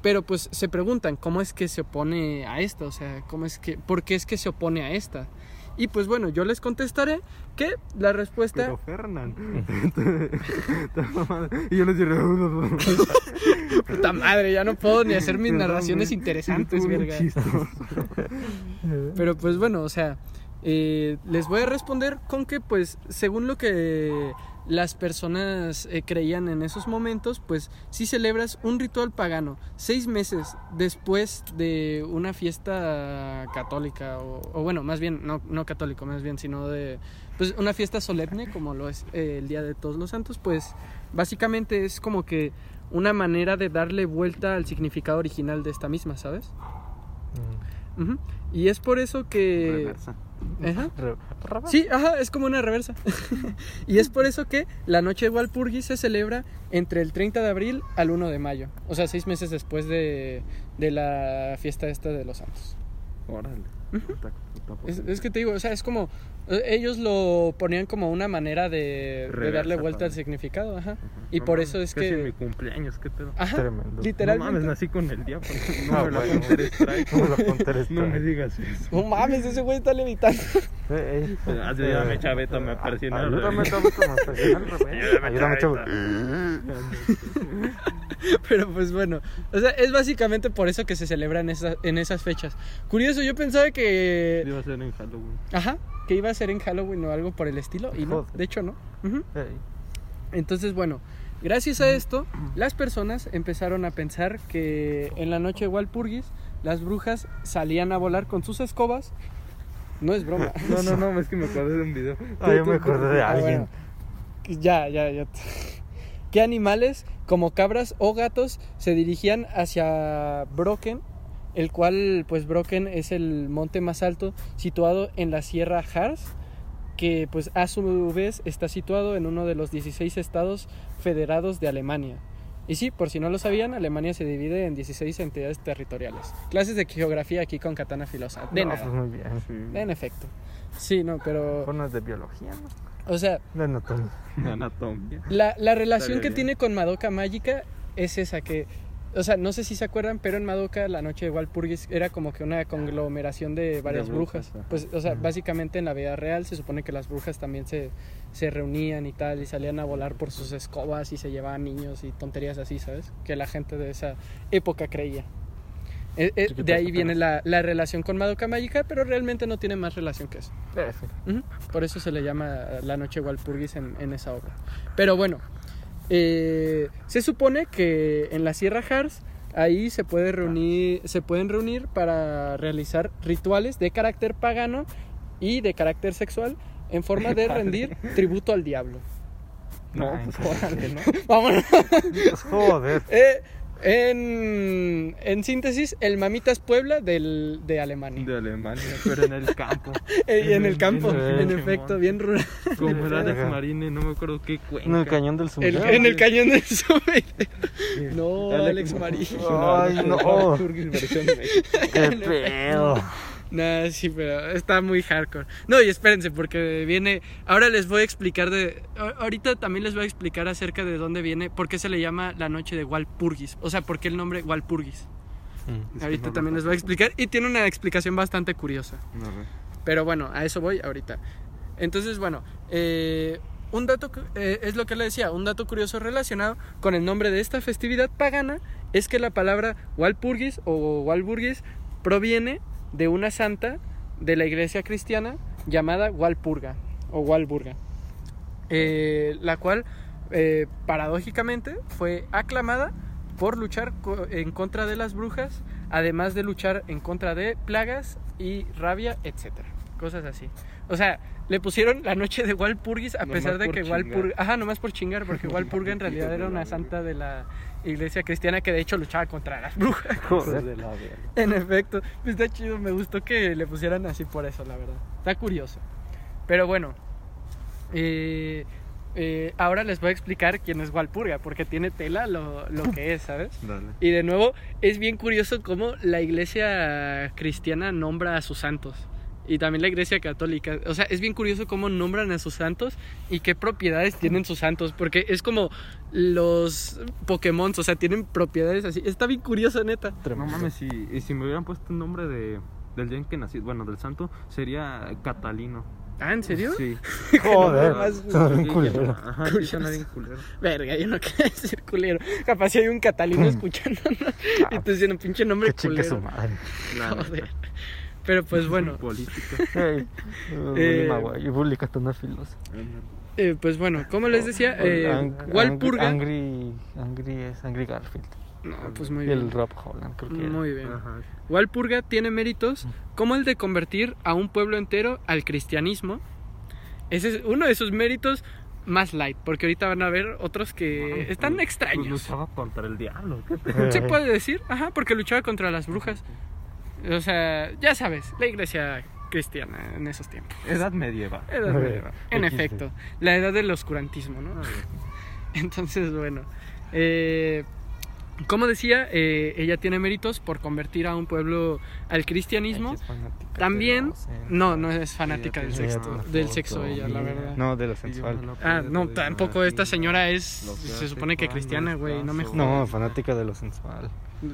Speaker 2: pero pues se preguntan cómo es que se opone a esta, o sea, cómo es que, por qué es que se opone a esta. Y pues bueno, yo les contestaré que la respuesta...
Speaker 4: Pero Fernán. [LAUGHS] Está mamada. y yo les diré.
Speaker 2: Puta madre, ya no puedo ni hacer mis
Speaker 4: Perdón,
Speaker 2: narraciones
Speaker 4: güey.
Speaker 2: interesantes,
Speaker 4: Estuvo bien
Speaker 2: verga.
Speaker 4: [LAUGHS] chistoso.
Speaker 2: Pero pues bueno, o sea, eh, les voy a responder con que pues según lo que las personas eh, creían en esos momentos, pues si celebras un ritual pagano seis meses después de una fiesta católica, o, o bueno, más bien, no, no católico, más bien, sino de pues una fiesta solemne como lo es eh, el Día de Todos los Santos, pues básicamente es como que una manera de darle vuelta al significado original de esta misma, ¿sabes?
Speaker 1: Mm.
Speaker 2: Ujú. Y es por eso que...
Speaker 4: Reversa.
Speaker 2: Ajá.
Speaker 1: Re- raba-
Speaker 2: Sí, ajá, es como una reversa. [LAUGHS] y es por eso que la noche de Walpurgis se celebra entre el 30 de abril al 1 de mayo. O sea, seis meses después de, de la fiesta esta de los santos.
Speaker 4: Órale. Puta- puta
Speaker 2: Es,
Speaker 4: potencia.
Speaker 2: es que te digo, o sea, es como... eh, Ellos lo ponían como una manera de, de
Speaker 4: Reversa,
Speaker 2: darle vuelta al
Speaker 4: padre.
Speaker 2: significado, ajá.
Speaker 4: Ajá.
Speaker 2: Y
Speaker 4: No
Speaker 2: por
Speaker 4: mames,
Speaker 2: eso es
Speaker 4: casi mi
Speaker 2: que...
Speaker 4: cumpleaños, qué pedo.
Speaker 2: Ajá,
Speaker 1: Tremendo.
Speaker 4: No mames,
Speaker 2: literalmente.
Speaker 4: nací con el diablo. No
Speaker 1: Ah,
Speaker 4: me la
Speaker 1: bueno.
Speaker 4: Counter Strike.
Speaker 1: Vamos a contar esto. Eh,
Speaker 4: No me digas eso.
Speaker 2: No mames, ese güey está levitando.
Speaker 1: Ey, ey.
Speaker 4: Ayúdame, Chaveta, me apareció en el
Speaker 1: eh. Ayúdame,
Speaker 4: revés.
Speaker 1: Chaveta, me apareció en el revés. Ayúdame, Chaveta.
Speaker 2: [LAUGHS] Pero pues bueno, o sea, es básicamente por eso que se celebran esas, en esas fechas. Curioso, yo pensaba que...
Speaker 4: Iba a ser en Halloween.
Speaker 2: Ajá, que iba a ser en Halloween o algo por el estilo. Y no,
Speaker 1: Joder.
Speaker 2: de hecho no. Ujú.
Speaker 1: Ey.
Speaker 2: Entonces, bueno, gracias a esto, las personas empezaron a pensar que en la noche de Walpurgis las brujas salían a volar con sus escobas. No es broma.
Speaker 4: No, no, no, es que me acordé de un video.
Speaker 1: Ah, yo me acordé de
Speaker 2: Ah, [LAUGHS]
Speaker 1: alguien.
Speaker 2: bueno. Ya, ya, ya. ¿Qué animales, como cabras o gatos, se dirigían hacia Brocken? El cual, pues Brocken es el monte más alto situado en la Sierra Harz, que pues a su vez está situado en uno de los 16 estados federados de Alemania. Y sí, por si no lo sabían, Alemania se divide en 16 entidades territoriales. Clases de geografía aquí con Katana Filosa. De
Speaker 1: No,
Speaker 2: nada.
Speaker 1: pues muy bien. Sí.
Speaker 2: En efecto. Sí, no, pero...
Speaker 1: Formas de biología, ¿no?
Speaker 2: O sea,
Speaker 1: De anatomía.
Speaker 4: De Anatomía.
Speaker 2: La, la relación
Speaker 4: Estaría
Speaker 2: que
Speaker 4: bien.
Speaker 2: tiene con Madoka Mágica es esa que... O sea, no sé si se acuerdan, pero en Madoka la noche de Walpurgis era como que una conglomeración de varias brujas.
Speaker 4: brujas, ajá.
Speaker 2: Pues, o sea,
Speaker 1: Ujú.
Speaker 2: básicamente en la vida real se supone que las brujas también se, se reunían y tal, y salían a volar por sus escobas y se llevaban niños y tonterías así, ¿sabes? Que la gente de esa época creía. Eh, eh, de ahí viene la, la relación con Madoka Mágica, pero realmente no tiene más relación que eso.
Speaker 1: Eh, sí.
Speaker 2: Ujú. Por eso se le llama eh, La Noche Walpurgis en, en esa obra. Pero bueno, eh, se supone que en la Sierra Jars ahí se puede reunir, se pueden reunir para realizar rituales de carácter pagano y de carácter sexual en forma de rendir tributo al diablo.
Speaker 1: No,
Speaker 4: Ay,
Speaker 1: pues,
Speaker 2: Órale, ¿no? [LAUGHS] Vámonos.
Speaker 1: pues, joder.
Speaker 2: Eh, en, en síntesis, el Mamitas Puebla del, de Alemania.
Speaker 4: De Alemania, pero en el campo.
Speaker 2: Eh, y en el campo,
Speaker 4: Bien,
Speaker 2: en
Speaker 4: Simón.
Speaker 2: efecto, bien rural.
Speaker 4: Como era de Marine, no me acuerdo qué cuenca.
Speaker 1: En el cañón del
Speaker 2: El-
Speaker 1: sumidero.
Speaker 2: en el cañón del Summit. No, Alex Marín.
Speaker 1: Ay, [LAUGHS] no. [LAUGHS] Qué pedo.
Speaker 2: [LAUGHS] Nah, sí, pero está muy hardcore. No, y espérense, porque viene. Ahora les voy a explicar de. a- Ahorita también les voy a explicar acerca de dónde viene, por qué se le llama la noche de Walpurgis. O sea, por qué el nombre Walpurgis. Ahorita también les voy a explicar. Y tiene una explicación bastante curiosa.
Speaker 4: No, re.
Speaker 2: Pero bueno, a eso voy ahorita. Entonces, bueno, eh, un dato cu- eh, es lo que le decía, un dato curioso relacionado con el nombre de esta festividad pagana es que la palabra Walpurgis o Walburgis proviene de una santa de la iglesia cristiana llamada Walpurga o Walburga, eh, la cual eh, paradójicamente fue aclamada por luchar co- en contra de las brujas, además de luchar en contra de plagas y rabia, etcétera, cosas así. O sea, le pusieron la noche de Walpurgis a
Speaker 4: Nomás
Speaker 2: pesar de
Speaker 4: por
Speaker 2: que
Speaker 4: chingar.
Speaker 2: Walpurga, ajá, nomás por chingar, porque Walpurga en realidad era una santa de la iglesia cristiana que de hecho luchaba contra las brujas.
Speaker 1: Joder.
Speaker 3: de la verga.
Speaker 2: [LAUGHS] En efecto, Pues está chido, me gustó que le pusieran así por eso, la verdad. Está curioso. Pero bueno, eh, eh, ahora les voy a explicar quién es Walpurga, porque tiene tela lo, lo que es, [LAUGHS] ¿sabes?
Speaker 4: Dale.
Speaker 2: Y de nuevo, es bien curioso cómo la iglesia cristiana nombra a sus santos. Y también la iglesia católica. O sea, es bien curioso cómo nombran a sus santos y qué propiedades tienen sus santos. Porque es como los Pokémon, o sea, tienen propiedades así. Está bien curioso, neta.
Speaker 4: No mames, si, y si me hubieran puesto un nombre de, del día en que nací, bueno, del santo, sería Catalino.
Speaker 2: Ah, ¿en serio?
Speaker 4: Sí.
Speaker 1: [LAUGHS] Joder.
Speaker 2: Nomás-
Speaker 1: Suena bien
Speaker 4: Sí,
Speaker 1: culero.
Speaker 4: Ajá, sí, suena bien culero.
Speaker 2: Verga, yo no [LAUGHS] quería decir culero. Capaz si hay un catalino escuchándonos y tú diciendo pinche nombre
Speaker 1: Hmm. Ah, Que chingue su
Speaker 2: culero.
Speaker 1: madre.
Speaker 4: La
Speaker 2: Joder.
Speaker 4: neta.
Speaker 2: Pero pues bueno,
Speaker 4: Política.
Speaker 1: Ey,
Speaker 2: Eh,
Speaker 1: bully Maguire, bully catanafilos.
Speaker 2: eh, pues bueno, como les decía, eh,
Speaker 1: Pues, Ang- ang-
Speaker 2: Walpurga.
Speaker 1: Angry, angry es Angry Garfield.
Speaker 2: No, pues muy
Speaker 1: Y el
Speaker 2: bien.
Speaker 1: Rob Holland, creo que era.
Speaker 2: Muy bien.
Speaker 4: Ajá.
Speaker 2: Walpurga tiene méritos como el de convertir a un pueblo entero al cristianismo. Ese es uno de sus méritos más light, porque ahorita van a ver otros que Eh, están
Speaker 4: Pues, pues,
Speaker 2: extraños.
Speaker 4: Luchaba contra el diablo. ¿qué
Speaker 2: [LAUGHS]
Speaker 4: pedo?
Speaker 1: eh,
Speaker 2: Se puede decir, ajá, porque luchaba contra las brujas. O sea, ya sabes, la iglesia cristiana en esos tiempos.
Speaker 4: Edad medieval.
Speaker 2: Edad
Speaker 1: Eh,
Speaker 2: medieval. En
Speaker 1: XD.
Speaker 2: efecto, la edad del oscurantismo, ¿no? [LAUGHS] Entonces, bueno, eh, como decía, eh, ella tiene méritos por convertir a un pueblo al cristianismo.
Speaker 1: Ay, que es fanática de
Speaker 2: También,
Speaker 1: los, eh,
Speaker 2: no, no es fanática del
Speaker 1: Ella tiene
Speaker 2: sexo,
Speaker 1: una
Speaker 2: del
Speaker 1: foto,
Speaker 2: sexo ella, la
Speaker 1: mira.
Speaker 2: verdad.
Speaker 1: No, de lo
Speaker 4: Y yo me
Speaker 1: sensual.
Speaker 4: lo
Speaker 2: Ah,
Speaker 4: pude
Speaker 2: no,
Speaker 4: pedir
Speaker 2: tampoco
Speaker 4: así,
Speaker 2: esta señora es,
Speaker 4: lo que
Speaker 2: se
Speaker 4: hace
Speaker 2: supone que
Speaker 4: cuando
Speaker 2: cristiana, güey, no me
Speaker 4: estás
Speaker 2: jodas.
Speaker 1: No, fanática de lo sensual.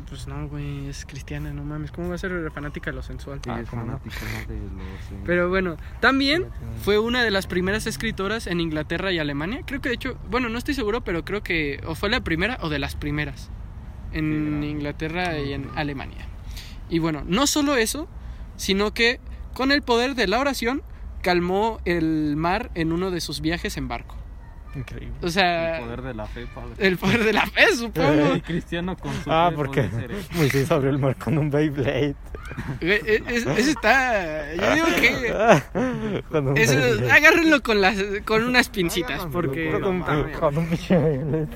Speaker 2: Pues no, güey, es cristiana, no mames, ¿cómo va a ser fanática de lo sensual?
Speaker 4: Ella
Speaker 1: Ah,
Speaker 4: es
Speaker 1: cómo no.
Speaker 4: fanática de los. eh,
Speaker 2: Pero bueno, también fue una de las primeras escritoras en Inglaterra y Alemania. Creo que de hecho, bueno, no estoy seguro, pero creo que o fue la primera o de las primeras en
Speaker 4: Sí, era.
Speaker 2: Inglaterra y en Alemania. Y bueno, no solo eso, sino que con el poder de la oración calmó el mar en uno de sus viajes en barco.
Speaker 1: Increíble.
Speaker 2: O
Speaker 4: El
Speaker 2: sea,
Speaker 4: poder de la fe, Pablo.
Speaker 2: el poder de la fe, supongo.
Speaker 4: Y Cristiano con su.
Speaker 1: Ah,
Speaker 4: fe,
Speaker 1: porque
Speaker 4: podía ser él.
Speaker 1: [LAUGHS] Moisés abrió el mar con un
Speaker 2: [LAUGHS]
Speaker 1: Beyblade. [LAUGHS]
Speaker 2: Güey, e- es- Eso está. Yo digo que.
Speaker 1: con un
Speaker 2: Eso,
Speaker 1: Beyblade.
Speaker 2: agárrenlo con, las, con unas pincitas,
Speaker 4: Agárrenlo
Speaker 2: porque.
Speaker 1: Con un-
Speaker 4: no mames.
Speaker 1: con un pinche [LAUGHS] Beyblade.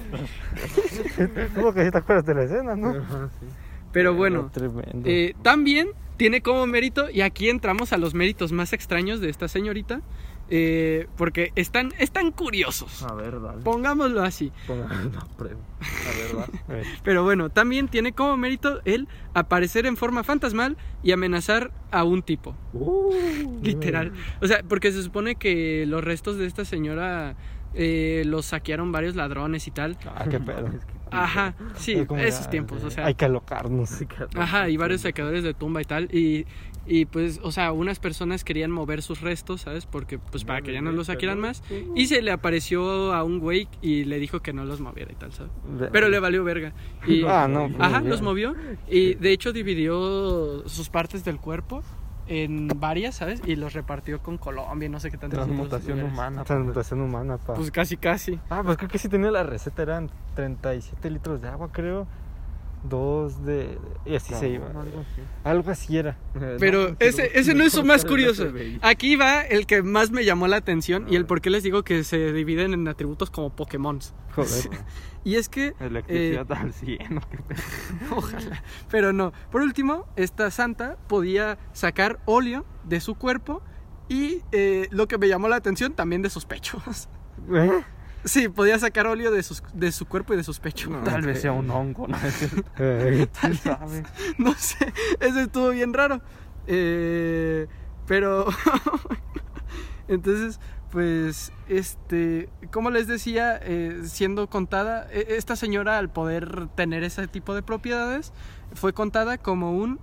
Speaker 1: Tuvo que si te acuerdas de la escena, ¿no?
Speaker 4: Ajá, sí.
Speaker 2: Pero bueno.
Speaker 1: Tremendo.
Speaker 2: Eh, también tiene como mérito, y aquí entramos a los méritos más extraños de esta señorita, eh, porque están, están curiosos.
Speaker 1: Ah.
Speaker 4: A ver, dale.
Speaker 2: Pongámoslo así.
Speaker 4: Póngame una prueba. [LAUGHS] A ver, va.
Speaker 1: Eh,
Speaker 2: Pero bueno, también tiene como mérito el aparecer en forma fantasmal y amenazar a un tipo.
Speaker 4: Uh.
Speaker 1: Mm.
Speaker 2: Literal. O sea, porque se supone que los restos de esta señora eh, los saquearon varios ladrones y tal.
Speaker 1: Ah, qué [LAUGHS] pedo.
Speaker 2: Ajá, sí,
Speaker 1: Es como
Speaker 2: esos
Speaker 1: ya,
Speaker 2: tiempos, o
Speaker 1: eh,
Speaker 2: sea.
Speaker 1: Hay que alocarnos.
Speaker 2: Ajá, y varios sacadores de tumba y tal. Y, y pues, o sea, unas personas querían mover sus restos, ¿sabes? Porque, pues, para que ya no los saquieran más. Y se le apareció a un güey y le dijo que no los moviera y tal, ¿sabes? Pero le valió verga. Y,
Speaker 1: [LAUGHS] Ah, no. pues,
Speaker 2: Ajá,
Speaker 1: ya.
Speaker 2: los movió y de hecho dividió sus partes del cuerpo en varias, ¿sabes? Y los repartió con Colombia, y no sé qué tantos otros
Speaker 4: Transmutación
Speaker 2: lugares.
Speaker 1: Ah,
Speaker 4: humana.
Speaker 1: Transmutación humana, pa.
Speaker 2: Pues casi, casi.
Speaker 1: Ah, pues creo que sí tenía la receta, eran 37 litros de agua, creo. Dos de. Y así se iba.
Speaker 4: Algo así.
Speaker 1: Algo así era.
Speaker 4: Eh,
Speaker 2: Pero
Speaker 4: pues,
Speaker 2: ese, ese no es lo más curioso.
Speaker 4: FBI.
Speaker 2: Aquí va el que más me llamó la atención y el por qué les digo que se dividen en atributos como Pokémon.
Speaker 1: Joder.
Speaker 2: Y es que,
Speaker 4: [LAUGHS] Electricidad
Speaker 2: Eh,
Speaker 4: al 100. ¿o qué pedo?
Speaker 2: ojalá, pero no. Por último, esta santa podía sacar óleo de su cuerpo y eh, lo que me llamó la atención también de sus pechos. [LAUGHS]
Speaker 1: ¿Eh?
Speaker 2: Sí, podía sacar óleo de, sus, de su cuerpo y de sus pechos.
Speaker 4: Tal vez sea un hongo, Este, [LAUGHS] ¿no?
Speaker 1: Eh,
Speaker 4: ¿Quién sabe?
Speaker 2: [LAUGHS] No sé, eso estuvo bien raro. Eh, pero. [LAUGHS] Entonces, pues, este. Como les decía, eh, siendo contada, e- esta señora al poder tener ese tipo de propiedades, fue contada como un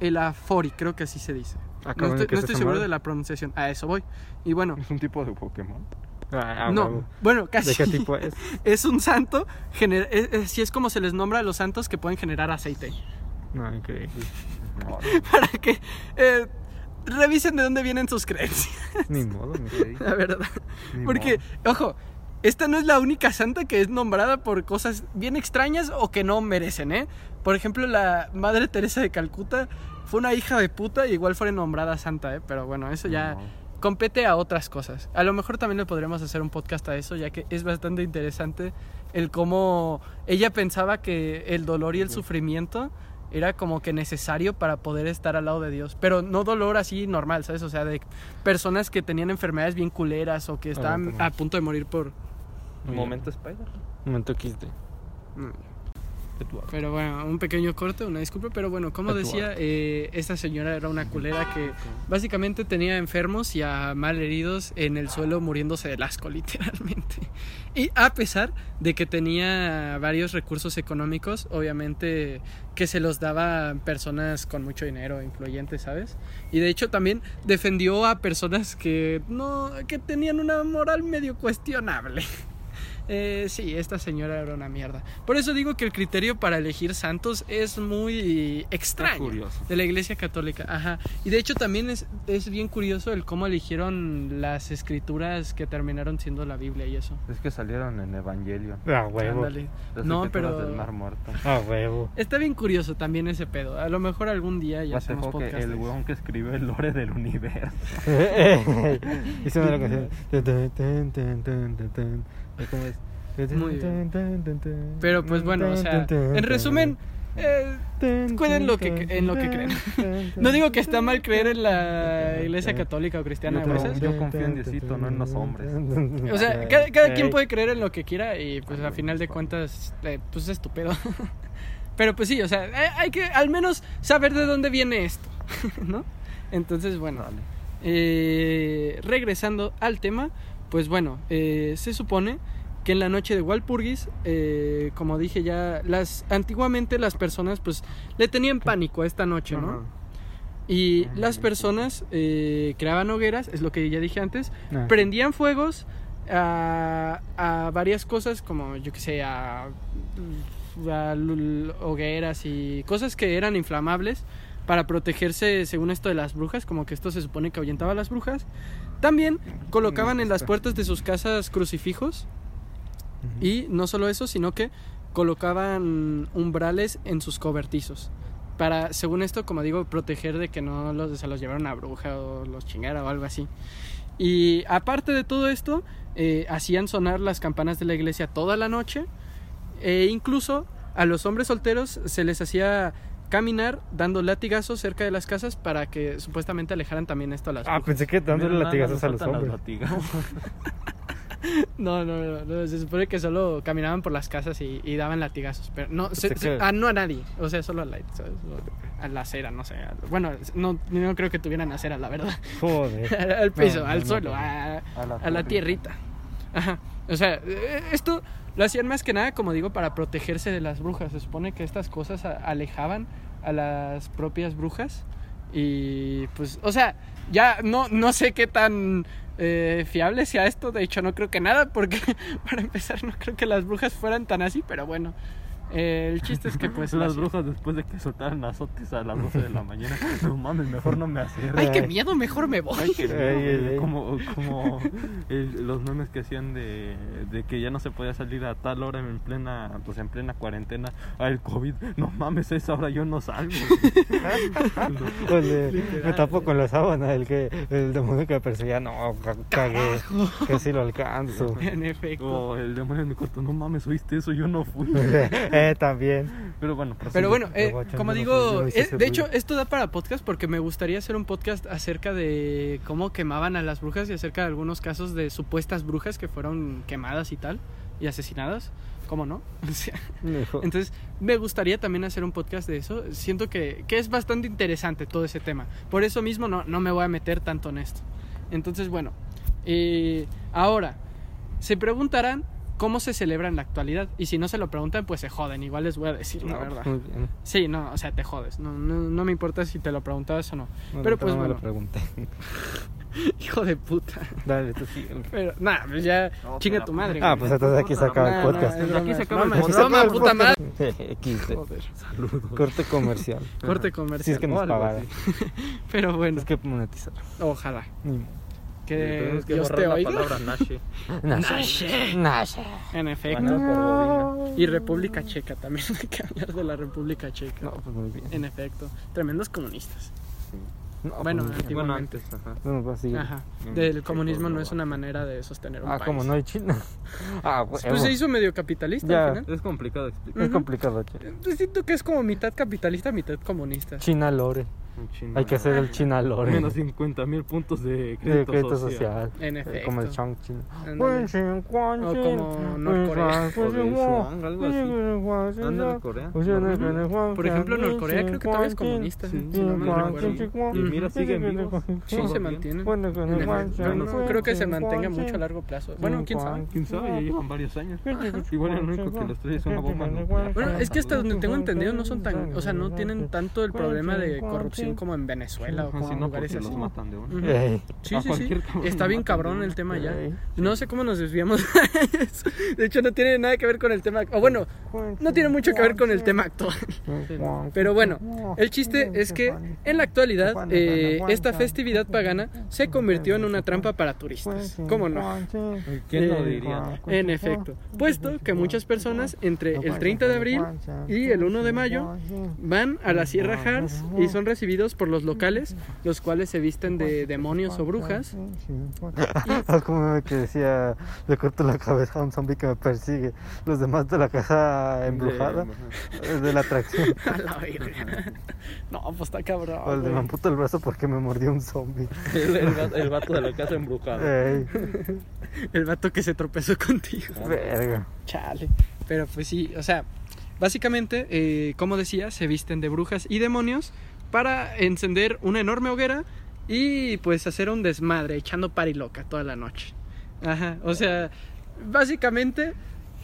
Speaker 2: elafori, creo que así se dice.
Speaker 1: Ah,
Speaker 2: No
Speaker 1: cabrón,
Speaker 2: estoy,
Speaker 1: ¿qué
Speaker 2: no
Speaker 1: es
Speaker 2: estoy
Speaker 1: esa
Speaker 2: seguro
Speaker 1: madre?
Speaker 2: de la pronunciación. A eso voy. Y bueno,
Speaker 4: Es un tipo de Pokémon.
Speaker 1: Ah,
Speaker 2: no.
Speaker 1: huevo.
Speaker 2: Bueno,
Speaker 1: ¿De
Speaker 2: casi.
Speaker 1: qué tipo es?
Speaker 2: [LAUGHS] Es un santo. gener- es- es- Así es como se les nombra a los santos que pueden generar aceite.
Speaker 1: No, increíble.
Speaker 2: para que eh, revisen de dónde vienen sus creencias,
Speaker 1: Ni modo,
Speaker 2: [LAUGHS]
Speaker 1: ni
Speaker 2: la verdad.
Speaker 4: Ni
Speaker 2: Porque, ojo, esta no es la única santa que es nombrada por cosas bien extrañas o que no merecen, ¿eh? Por ejemplo, la Madre Teresa de Calcuta fue una hija de puta y igual fue nombrada santa, ¿eh? Pero bueno, eso ya compete a otras cosas. A lo mejor también le podríamos hacer un podcast a eso, ya que es bastante interesante el cómo ella pensaba que el dolor y el sufrimiento era como que necesario para poder estar al lado de Dios, pero no dolor así normal, ¿sabes? O sea, de personas que tenían enfermedades bien culeras o que estaban
Speaker 1: también.
Speaker 2: a punto de morir por...
Speaker 1: Muy
Speaker 4: Momento Spider.
Speaker 1: Momento XD.
Speaker 2: mm, Pero bueno, un pequeño corte, una disculpa, pero bueno, como decía, eh, esta señora era una culera que básicamente tenía enfermos y a malheridos en el suelo muriéndose del asco, [LAUGHS] literalmente. Y a pesar de que tenía varios recursos económicos, obviamente que se los daba a personas con mucho dinero, influyentes, ¿sabes? Y de hecho también defendió a personas que no que tenían una moral medio cuestionable. [LAUGHS] Eh, sí, esta señora era una mierda. Por eso digo que el criterio para elegir santos es muy
Speaker 4: Está
Speaker 2: extraño
Speaker 4: curioso.
Speaker 2: de la Iglesia Católica. Ajá. Y de hecho también es, es bien curioso el cómo eligieron las escrituras que terminaron siendo la Biblia y eso.
Speaker 3: Es que salieron en Evangelio.
Speaker 1: Ah, huevo.
Speaker 2: Ándale.
Speaker 3: Las
Speaker 2: No,
Speaker 3: escrituras
Speaker 2: pero-
Speaker 3: del Mar Muerto.
Speaker 1: Ah, huevo. [LAUGHS]
Speaker 2: Está bien curioso también ese pedo. A lo mejor algún día [LAUGHS] ya
Speaker 3: Más
Speaker 2: hacemos
Speaker 3: que
Speaker 2: podcast.
Speaker 3: el
Speaker 2: de eso.
Speaker 3: weón que escribió el lore del universo.
Speaker 1: Y suena la canción. Tan, tan, tan, tan, tan, tan. ¿Cómo es?
Speaker 2: Muy bien.
Speaker 1: Tan, tan, tan, tan.
Speaker 2: Pero pues bueno, o
Speaker 1: Tan,
Speaker 2: sea,
Speaker 1: tan,
Speaker 2: en resumen,
Speaker 1: tan.
Speaker 2: eh,
Speaker 1: Tan,
Speaker 2: cuiden lo que-
Speaker 1: tan,
Speaker 2: en lo que creen. [LAUGHS]
Speaker 1: tan, tan,
Speaker 2: no digo que está mal
Speaker 1: tan,
Speaker 2: creer en la
Speaker 1: tan,
Speaker 2: iglesia
Speaker 1: tan,
Speaker 2: católica o cristiana
Speaker 1: tan,
Speaker 2: a veces.
Speaker 3: Yo
Speaker 1: tan,
Speaker 3: confío en
Speaker 1: tan,
Speaker 3: Diosito,
Speaker 1: tan,
Speaker 3: no en los
Speaker 1: tan,
Speaker 3: hombres.
Speaker 1: tan,
Speaker 2: O sea,
Speaker 1: tan.
Speaker 2: cada, cada
Speaker 1: Ey.
Speaker 2: quien puede creer en lo que quiera y pues a final de cuentas, eh, pues es estupendo. [LAUGHS] Pero pues sí, o sea, eh, hay que al menos saber de dónde viene esto, [LAUGHS] ¿no? Entonces, bueno, eh, regresando al tema, pues bueno, eh, se supone que en la noche de Walpurgis, eh, como dije ya, las antiguamente las personas pues le tenían pánico a esta noche, ¿no? Y las personas eh, creaban hogueras, es lo que ya dije antes,
Speaker 1: Ah.
Speaker 2: prendían fuegos a, a varias cosas como yo que sé a, a lu- hogueras y cosas que eran inflamables para protegerse según esto de las brujas como que esto se supone que ahuyentaba a las brujas también colocaban en las puertas de sus casas crucifijos y no solo eso sino que colocaban umbrales en sus cobertizos para según esto como digo proteger de que no los se los llevaron a bruja o los chingara o algo así y aparte de todo esto, eh, hacían sonar las campanas de la iglesia toda la noche. E incluso a los hombres solteros se les hacía caminar dando latigazos cerca de las casas para que supuestamente alejaran también esto a las
Speaker 1: Ah,
Speaker 2: brujas.
Speaker 1: pensé que dándole
Speaker 3: Mira, nada,
Speaker 1: latigazos a
Speaker 3: nos
Speaker 1: los
Speaker 3: faltan
Speaker 1: hombres.
Speaker 3: latigazos.
Speaker 4: [LAUGHS]
Speaker 2: No, no, no, no, se supone que solo caminaban por las casas y, y daban latigazos, pero no, se-
Speaker 1: Pensé
Speaker 2: se-
Speaker 1: que-
Speaker 2: ah, no a nadie, o sea, solo a la, ¿sabes? O a la acera, no sé, a- bueno, no, no creo que tuvieran acera, la verdad, [LAUGHS]
Speaker 1: Joder.
Speaker 2: al piso,
Speaker 1: no,
Speaker 2: al
Speaker 1: no,
Speaker 2: suelo, ah.
Speaker 1: no.
Speaker 2: a-
Speaker 3: A la,
Speaker 2: a la tierrita. Ajá. O sea, eh, esto lo hacían más que nada, como digo, para protegerse de las brujas. Se supone que estas cosas a- alejaban a las propias brujas. Y pues, o sea, ya no, no sé qué tan eh, fiable sea [LAUGHS] esto. De hecho, no creo que nada, porque para empezar, no creo que las brujas fueran tan así, pero bueno. Eh, el chiste es que pues...
Speaker 4: [LAUGHS] las
Speaker 2: nació.
Speaker 4: brujas después de que soltaran azotes a las 12 de la mañana. [LAUGHS] No mames, mejor no me acerco. [LAUGHS]
Speaker 2: Ay, qué miedo, mejor me voy.
Speaker 4: Ay, que no,
Speaker 1: Ey, ey,
Speaker 4: güey,
Speaker 1: ey.
Speaker 4: como, como el- los memes que hacían de, de que ya no se podía salir a tal hora en plena, pues en plena cuarentena Ah, el COVID. No mames, a esa hora yo
Speaker 2: [LAUGHS]
Speaker 4: no salgo.
Speaker 1: [LAUGHS] O el de, Pues, eh, me tapo con la sábana, el que el demonio que perseguía, no, ca- cagué, que si lo alcanzo. [LAUGHS]
Speaker 2: [LAUGHS] En efecto.
Speaker 4: O el demonio en mi cuarto, no mames, oíste eso, yo no [LAUGHS] fui.
Speaker 1: eh, también.
Speaker 4: Pero bueno,
Speaker 2: Pero
Speaker 4: prosigue.
Speaker 2: bueno, eh,
Speaker 1: Guacha,
Speaker 2: como
Speaker 1: no,
Speaker 2: digo,
Speaker 1: no, no hice
Speaker 2: eh,
Speaker 1: ese
Speaker 2: de
Speaker 1: ruido.
Speaker 2: hecho esto da para podcast porque me gustaría hacer un podcast acerca de cómo quemaban a las brujas y acerca de algunos casos de supuestas brujas que fueron quemadas y tal y asesinadas. ¿Cómo no? [LAUGHS] O sea,
Speaker 1: Dijo,
Speaker 2: Entonces, me gustaría también hacer un podcast de eso. Siento que, que es bastante interesante todo ese tema. Por eso mismo no, no me voy a meter tanto en esto. Entonces, bueno, eh, ahora, se preguntarán cómo se celebra en la actualidad. Y si no se lo preguntan, pues se joden. Igual les voy a decir la
Speaker 1: no, [LAUGHS]
Speaker 2: verdad.
Speaker 1: muy bien.
Speaker 2: Sí, no, o sea, te jodes. No, no, no me importa si te lo preguntabas o no.
Speaker 1: No,
Speaker 2: Pero
Speaker 1: ahorita no
Speaker 2: pues
Speaker 1: me
Speaker 2: bueno,
Speaker 1: lo pregunté.
Speaker 2: [LAUGHS] hijo de puta.
Speaker 1: Dale, tú sí.
Speaker 2: Pero, nada, pues ya,
Speaker 4: No,
Speaker 2: chinga
Speaker 4: te la
Speaker 2: tu madre.
Speaker 1: Ah,
Speaker 2: güey.
Speaker 1: pues entonces aquí se acaba
Speaker 2: Nah,
Speaker 1: el
Speaker 2: nah,
Speaker 1: podcast.
Speaker 2: es
Speaker 4: Aquí
Speaker 2: broma,
Speaker 4: se
Speaker 2: es
Speaker 4: acaba el
Speaker 2: broma, es
Speaker 1: podcast.
Speaker 2: broma,
Speaker 1: [LAUGHS]
Speaker 2: puta madre.
Speaker 1: XD.
Speaker 2: Joder.
Speaker 1: Eh, Corte comercial.
Speaker 2: [LAUGHS] Corte comercial.
Speaker 1: Si es que nos
Speaker 2: o algo
Speaker 1: pagaran.
Speaker 2: así. Pero bueno,
Speaker 1: Es que monetizar.
Speaker 2: ojalá.
Speaker 1: Ni-
Speaker 2: Que
Speaker 4: Tenemos que
Speaker 2: Dios
Speaker 4: borrar
Speaker 2: te
Speaker 4: la
Speaker 2: oiga.
Speaker 4: palabra Nashe.
Speaker 2: Nashe. En efecto.
Speaker 4: Ganado por Bobina.
Speaker 2: Eh, Y República Checa también. [LAUGHS] Hay que hablar de la República Checa.
Speaker 1: No, pues muy bien.
Speaker 2: En efecto. Tremendos comunistas.
Speaker 1: No, pues
Speaker 2: bueno,
Speaker 1: muy bien.
Speaker 2: antiguamente.
Speaker 4: Bueno, antes, ajá.
Speaker 1: No nos va a seguir.
Speaker 2: Ajá.
Speaker 4: Mm,
Speaker 2: Del
Speaker 4: sí,
Speaker 2: comunismo no es
Speaker 4: Córdoba.
Speaker 2: una manera de sostener un
Speaker 1: Ah,
Speaker 2: país.
Speaker 1: como no hay China. [LAUGHS] Ah,
Speaker 2: Pues
Speaker 1: huevo.
Speaker 2: se hizo medio capitalista
Speaker 1: Ya.
Speaker 2: al final.
Speaker 4: Es complicado explicar.
Speaker 1: Es
Speaker 2: Ujú.
Speaker 1: complicado, che.
Speaker 2: Yo Pues Siento que es como mitad capitalista, mitad comunista.
Speaker 1: China Lore.
Speaker 4: Un chingo.
Speaker 1: Hay que hacer el China Lore.
Speaker 4: menos 50 mil puntos de crédito,
Speaker 1: de crédito
Speaker 4: social.
Speaker 1: social.
Speaker 2: En
Speaker 1: Eh, Como el
Speaker 2: efecto.
Speaker 1: Chang China.
Speaker 2: Ándale. O como Norcorea.
Speaker 4: O de Shuang, algo así. Ándale, Corea. Normal.
Speaker 2: Por ejemplo, Norcorea creo que todavía es comunista.
Speaker 4: Sí.
Speaker 2: si no mal recuerdo.
Speaker 4: Sí. Y mira, siguen vivos.
Speaker 2: Sí, se mantiene. En efecto, Yo no creo que se mantenga mucho a largo plazo. Bueno, quién sabe.
Speaker 4: ¿Quién sabe? Ya llevan varios años. Igual el único que les trae es una bomba nuclear.
Speaker 2: Bueno, es que hasta donde tengo entendido no son tan, o sea, no tienen tanto el problema de corrupción como en Venezuela o
Speaker 4: Ajá,
Speaker 2: como
Speaker 4: si
Speaker 2: en
Speaker 4: no,
Speaker 2: lugares
Speaker 4: porque
Speaker 2: así.
Speaker 4: los matan de una.
Speaker 2: Ujú.
Speaker 1: Ey,
Speaker 2: Sí,
Speaker 4: A
Speaker 2: sí, sí.
Speaker 4: cualquier cabrón
Speaker 2: Está bien
Speaker 4: matan
Speaker 2: cabrón
Speaker 4: de
Speaker 2: el tema ya.
Speaker 1: ey.
Speaker 2: No sé cómo nos desviamos. [LAUGHS] de eso. De hecho, no tiene nada que ver con el tema. O bueno, no tiene mucho que ver con el tema actual. Pero bueno, el chiste es que en la actualidad eh, esta festividad pagana se convirtió en una trampa para
Speaker 1: pues,
Speaker 2: turistas. ¿Cómo no?
Speaker 4: ¿Quién lo
Speaker 2: Eh,
Speaker 4: diría?
Speaker 2: Pues En efecto, puesto que muchas personas entre el 30 de abril y el 1 de mayo van a la Sierra Harz y son recibidos por los locales, los cuales se visten de demonios o brujas.
Speaker 1: [LAUGHS] Es como que decía, le corto la cabeza a un zombie que me persigue. Los demás de la casa embrujada, eh, de la atracción.
Speaker 2: [LAUGHS] A la verga. No, pues está
Speaker 1: O el
Speaker 2: cabrón.
Speaker 1: de me
Speaker 2: güey.
Speaker 1: amputa el brazo porque me mordió un zombie.
Speaker 4: [LAUGHS] El, el vato, el vato de la casa embrujada.
Speaker 1: Ey,
Speaker 2: El vato que se tropezó contigo.
Speaker 4: eh,
Speaker 1: verga.
Speaker 2: Chale. Pero pues sí, o sea, básicamente, eh, como decía, se visten de brujas y demonios para encender una enorme hoguera y pues hacer un desmadre, echando pariloca toda la noche. Ajá, o sea, básicamente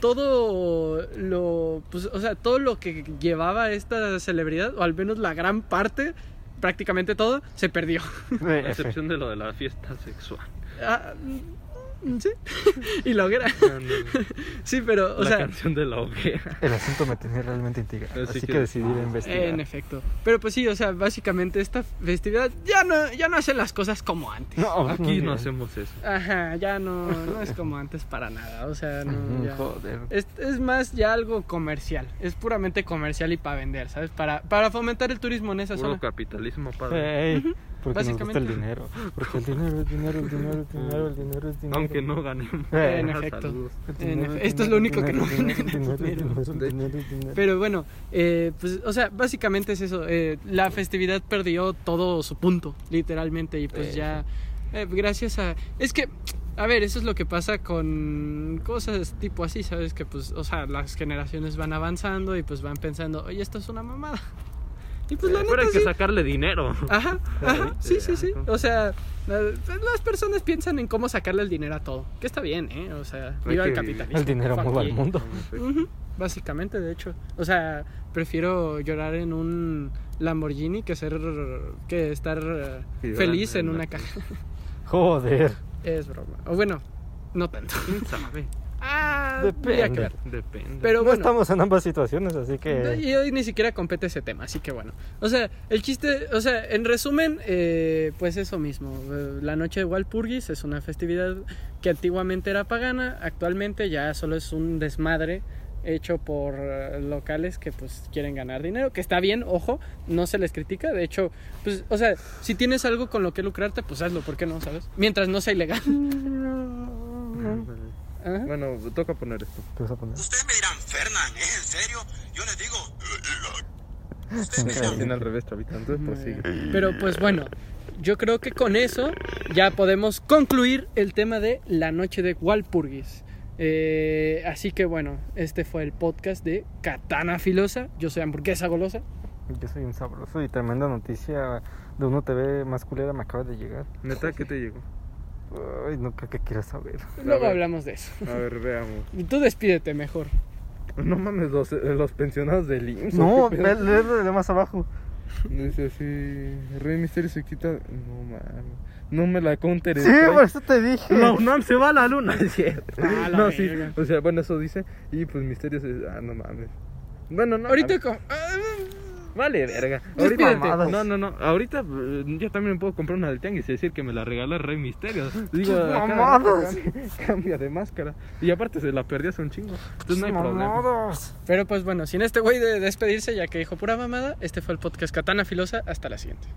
Speaker 2: todo lo, pues, o sea, todo lo que llevaba esta celebridad, o al menos la gran parte, prácticamente todo, se perdió.
Speaker 4: A excepción de lo de la fiesta sexual.
Speaker 2: Ah, mm, sí, [LAUGHS] y la hoguera. Sí, pero, o
Speaker 4: la
Speaker 2: sea...
Speaker 4: canción de la hoguera.
Speaker 1: El asunto me tenía realmente intrigado,
Speaker 4: Así
Speaker 1: así
Speaker 4: que-
Speaker 1: que decidí ir a investigar.
Speaker 2: En efecto. Pero pues sí, o sea, básicamente esta festividad ya no, ya no hacen las cosas como antes.
Speaker 1: No, pues, muy
Speaker 4: Aquí no
Speaker 1: bien.
Speaker 4: hacemos eso.
Speaker 2: Ajá, ya no, no es como antes para nada. O sea, no.
Speaker 1: Mm,
Speaker 2: ya.
Speaker 1: Joder.
Speaker 2: Es, es más ya algo comercial. Es puramente comercial y para vender, ¿sabes? Para, para fomentar el turismo en esa
Speaker 4: Puro
Speaker 2: zona.
Speaker 4: capitalismo, padre.
Speaker 2: Eh,
Speaker 1: Ey, porque nos gusta el
Speaker 2: Básicamente.
Speaker 1: dinero. Porque el dinero es dinero, el dinero es dinero, el dinero es dinero.
Speaker 4: Aunque no ganemos.
Speaker 1: Eh,
Speaker 2: En
Speaker 4: nada,
Speaker 2: efecto.
Speaker 4: saludos. Pues
Speaker 1: El dinero
Speaker 2: En efe- Eh, esto es lo único que
Speaker 1: dinero,
Speaker 2: no
Speaker 1: dinero,
Speaker 2: ganan,
Speaker 1: dinero,
Speaker 2: dinero.
Speaker 1: dinero, dinero, dinero.
Speaker 2: Pero bueno, eh, pues, o sea, básicamente es eso. eh, la festividad perdió todo su punto, literalmente. Y pues
Speaker 1: Eh,
Speaker 2: ya, eh, gracias a... Es que, a ver, eso es lo que pasa con cosas tipo así, ¿sabes? Que pues, o sea, las generaciones van avanzando y pues van pensando, oye, esto es una mamada. Y pues la
Speaker 4: Eh, Pero
Speaker 2: neta
Speaker 4: hay que
Speaker 2: sí.
Speaker 4: sacarle dinero.
Speaker 2: Ajá, ajá, sí, sí, sí.
Speaker 4: Ajá.
Speaker 2: O sea, la- las personas piensan en cómo sacarle el dinero a todo. Que está bien, ¿eh? O sea,
Speaker 4: Hay
Speaker 2: viva el
Speaker 4: que-
Speaker 2: capitalismo.
Speaker 1: El dinero
Speaker 2: Fuck
Speaker 1: mueve al
Speaker 2: yeah.
Speaker 1: mundo.
Speaker 2: Ujú, Básicamente, de hecho. O sea, prefiero llorar en un Lamborghini que ser que estar eh,
Speaker 4: Que llorar
Speaker 2: feliz en
Speaker 4: en la
Speaker 2: una caja.
Speaker 1: Joder.
Speaker 2: Ah, Es broma. O bueno, no tanto.
Speaker 4: ¿Quién sabe?
Speaker 2: Ah, ya. ya que ver.
Speaker 4: Depende.
Speaker 2: Pero
Speaker 1: no
Speaker 2: bueno.
Speaker 1: estamos en ambas situaciones, así
Speaker 2: No,
Speaker 1: que.
Speaker 2: Y hoy ni siquiera compete ese tema, así que bueno. O sea, el chiste, o sea, en resumen, eh, pues eso mismo. Eh, La noche de Walpurgis es una festividad que antiguamente era pagana, actualmente ya solo es un desmadre hecho por eh, locales que pues quieren ganar dinero, que está bien, ojo, no se les critica, de hecho, pues, o sea, si tienes algo con lo que lucrarte, pues hazlo, ¿por qué no? ¿Sabes? Mientras no sea ilegal. Ajá.
Speaker 4: Bueno, toca
Speaker 2: [LAUGHS]
Speaker 4: poner esto.
Speaker 1: ¿Qué eh, vas a poner?
Speaker 5: Ustedes me dirán, Fernán, ¿es en serio? Yo les digo, ustedes me dirán,
Speaker 4: Tiene al revés, chavita. Entonces,
Speaker 2: Muy
Speaker 4: pues sigue.
Speaker 2: bien. Pero pues bueno, yo creo que con eso ya podemos concluir el tema de la noche de Walpurgis. Eh, así que bueno, este fue el podcast de Katana Filosa. Yo soy hamburguesa golosa.
Speaker 1: Yo soy un sabroso y tremenda noticia de uno TV masculera me acaba de llegar.
Speaker 4: Neta, ¿qué te llegó?
Speaker 1: Ay, no creo que quieras
Speaker 4: [LAUGHS]
Speaker 1: saber.
Speaker 2: Luego
Speaker 4: ver.
Speaker 2: hablamos de eso.
Speaker 4: A ver, veamos.
Speaker 2: Y tú despídete mejor.
Speaker 4: No mames, los, eh, los pensionados del IMSS.
Speaker 1: No,
Speaker 4: ¿qué
Speaker 1: ve,
Speaker 4: pedo?
Speaker 1: lee lo de más abajo.
Speaker 4: Dice así, Rey Misterio se quita... No mames, no me la counter.
Speaker 1: Sí,
Speaker 4: [LAUGHS]
Speaker 1: por eso te dije.
Speaker 4: La UNAM se va a la luna, [LAUGHS] es cierto.
Speaker 2: A Ah, la
Speaker 4: no, sí,
Speaker 2: verga.
Speaker 4: o sea, bueno, eso dice. Y pues Misterio se... Ah, no mames. Bueno, no.
Speaker 2: Ahorita
Speaker 4: a-
Speaker 2: con... ah,
Speaker 4: Vale, verga.
Speaker 2: Despídete.
Speaker 4: Ahorita, no, no, no. Ahorita eh, yo también puedo comprar una del tianguis y decir que me la regaló Rey Misterio. Digo,
Speaker 1: Tus
Speaker 4: acá-
Speaker 1: mamadas.
Speaker 4: acá- cambia de máscara. Y aparte se la perdió hace un chingo. Entonces no hay problema.
Speaker 1: Mamados.
Speaker 2: Pero pues bueno, sin este güey de despedirse, ya que dijo pura mamada, este fue el podcast Katana Filosa. Hasta la siguiente.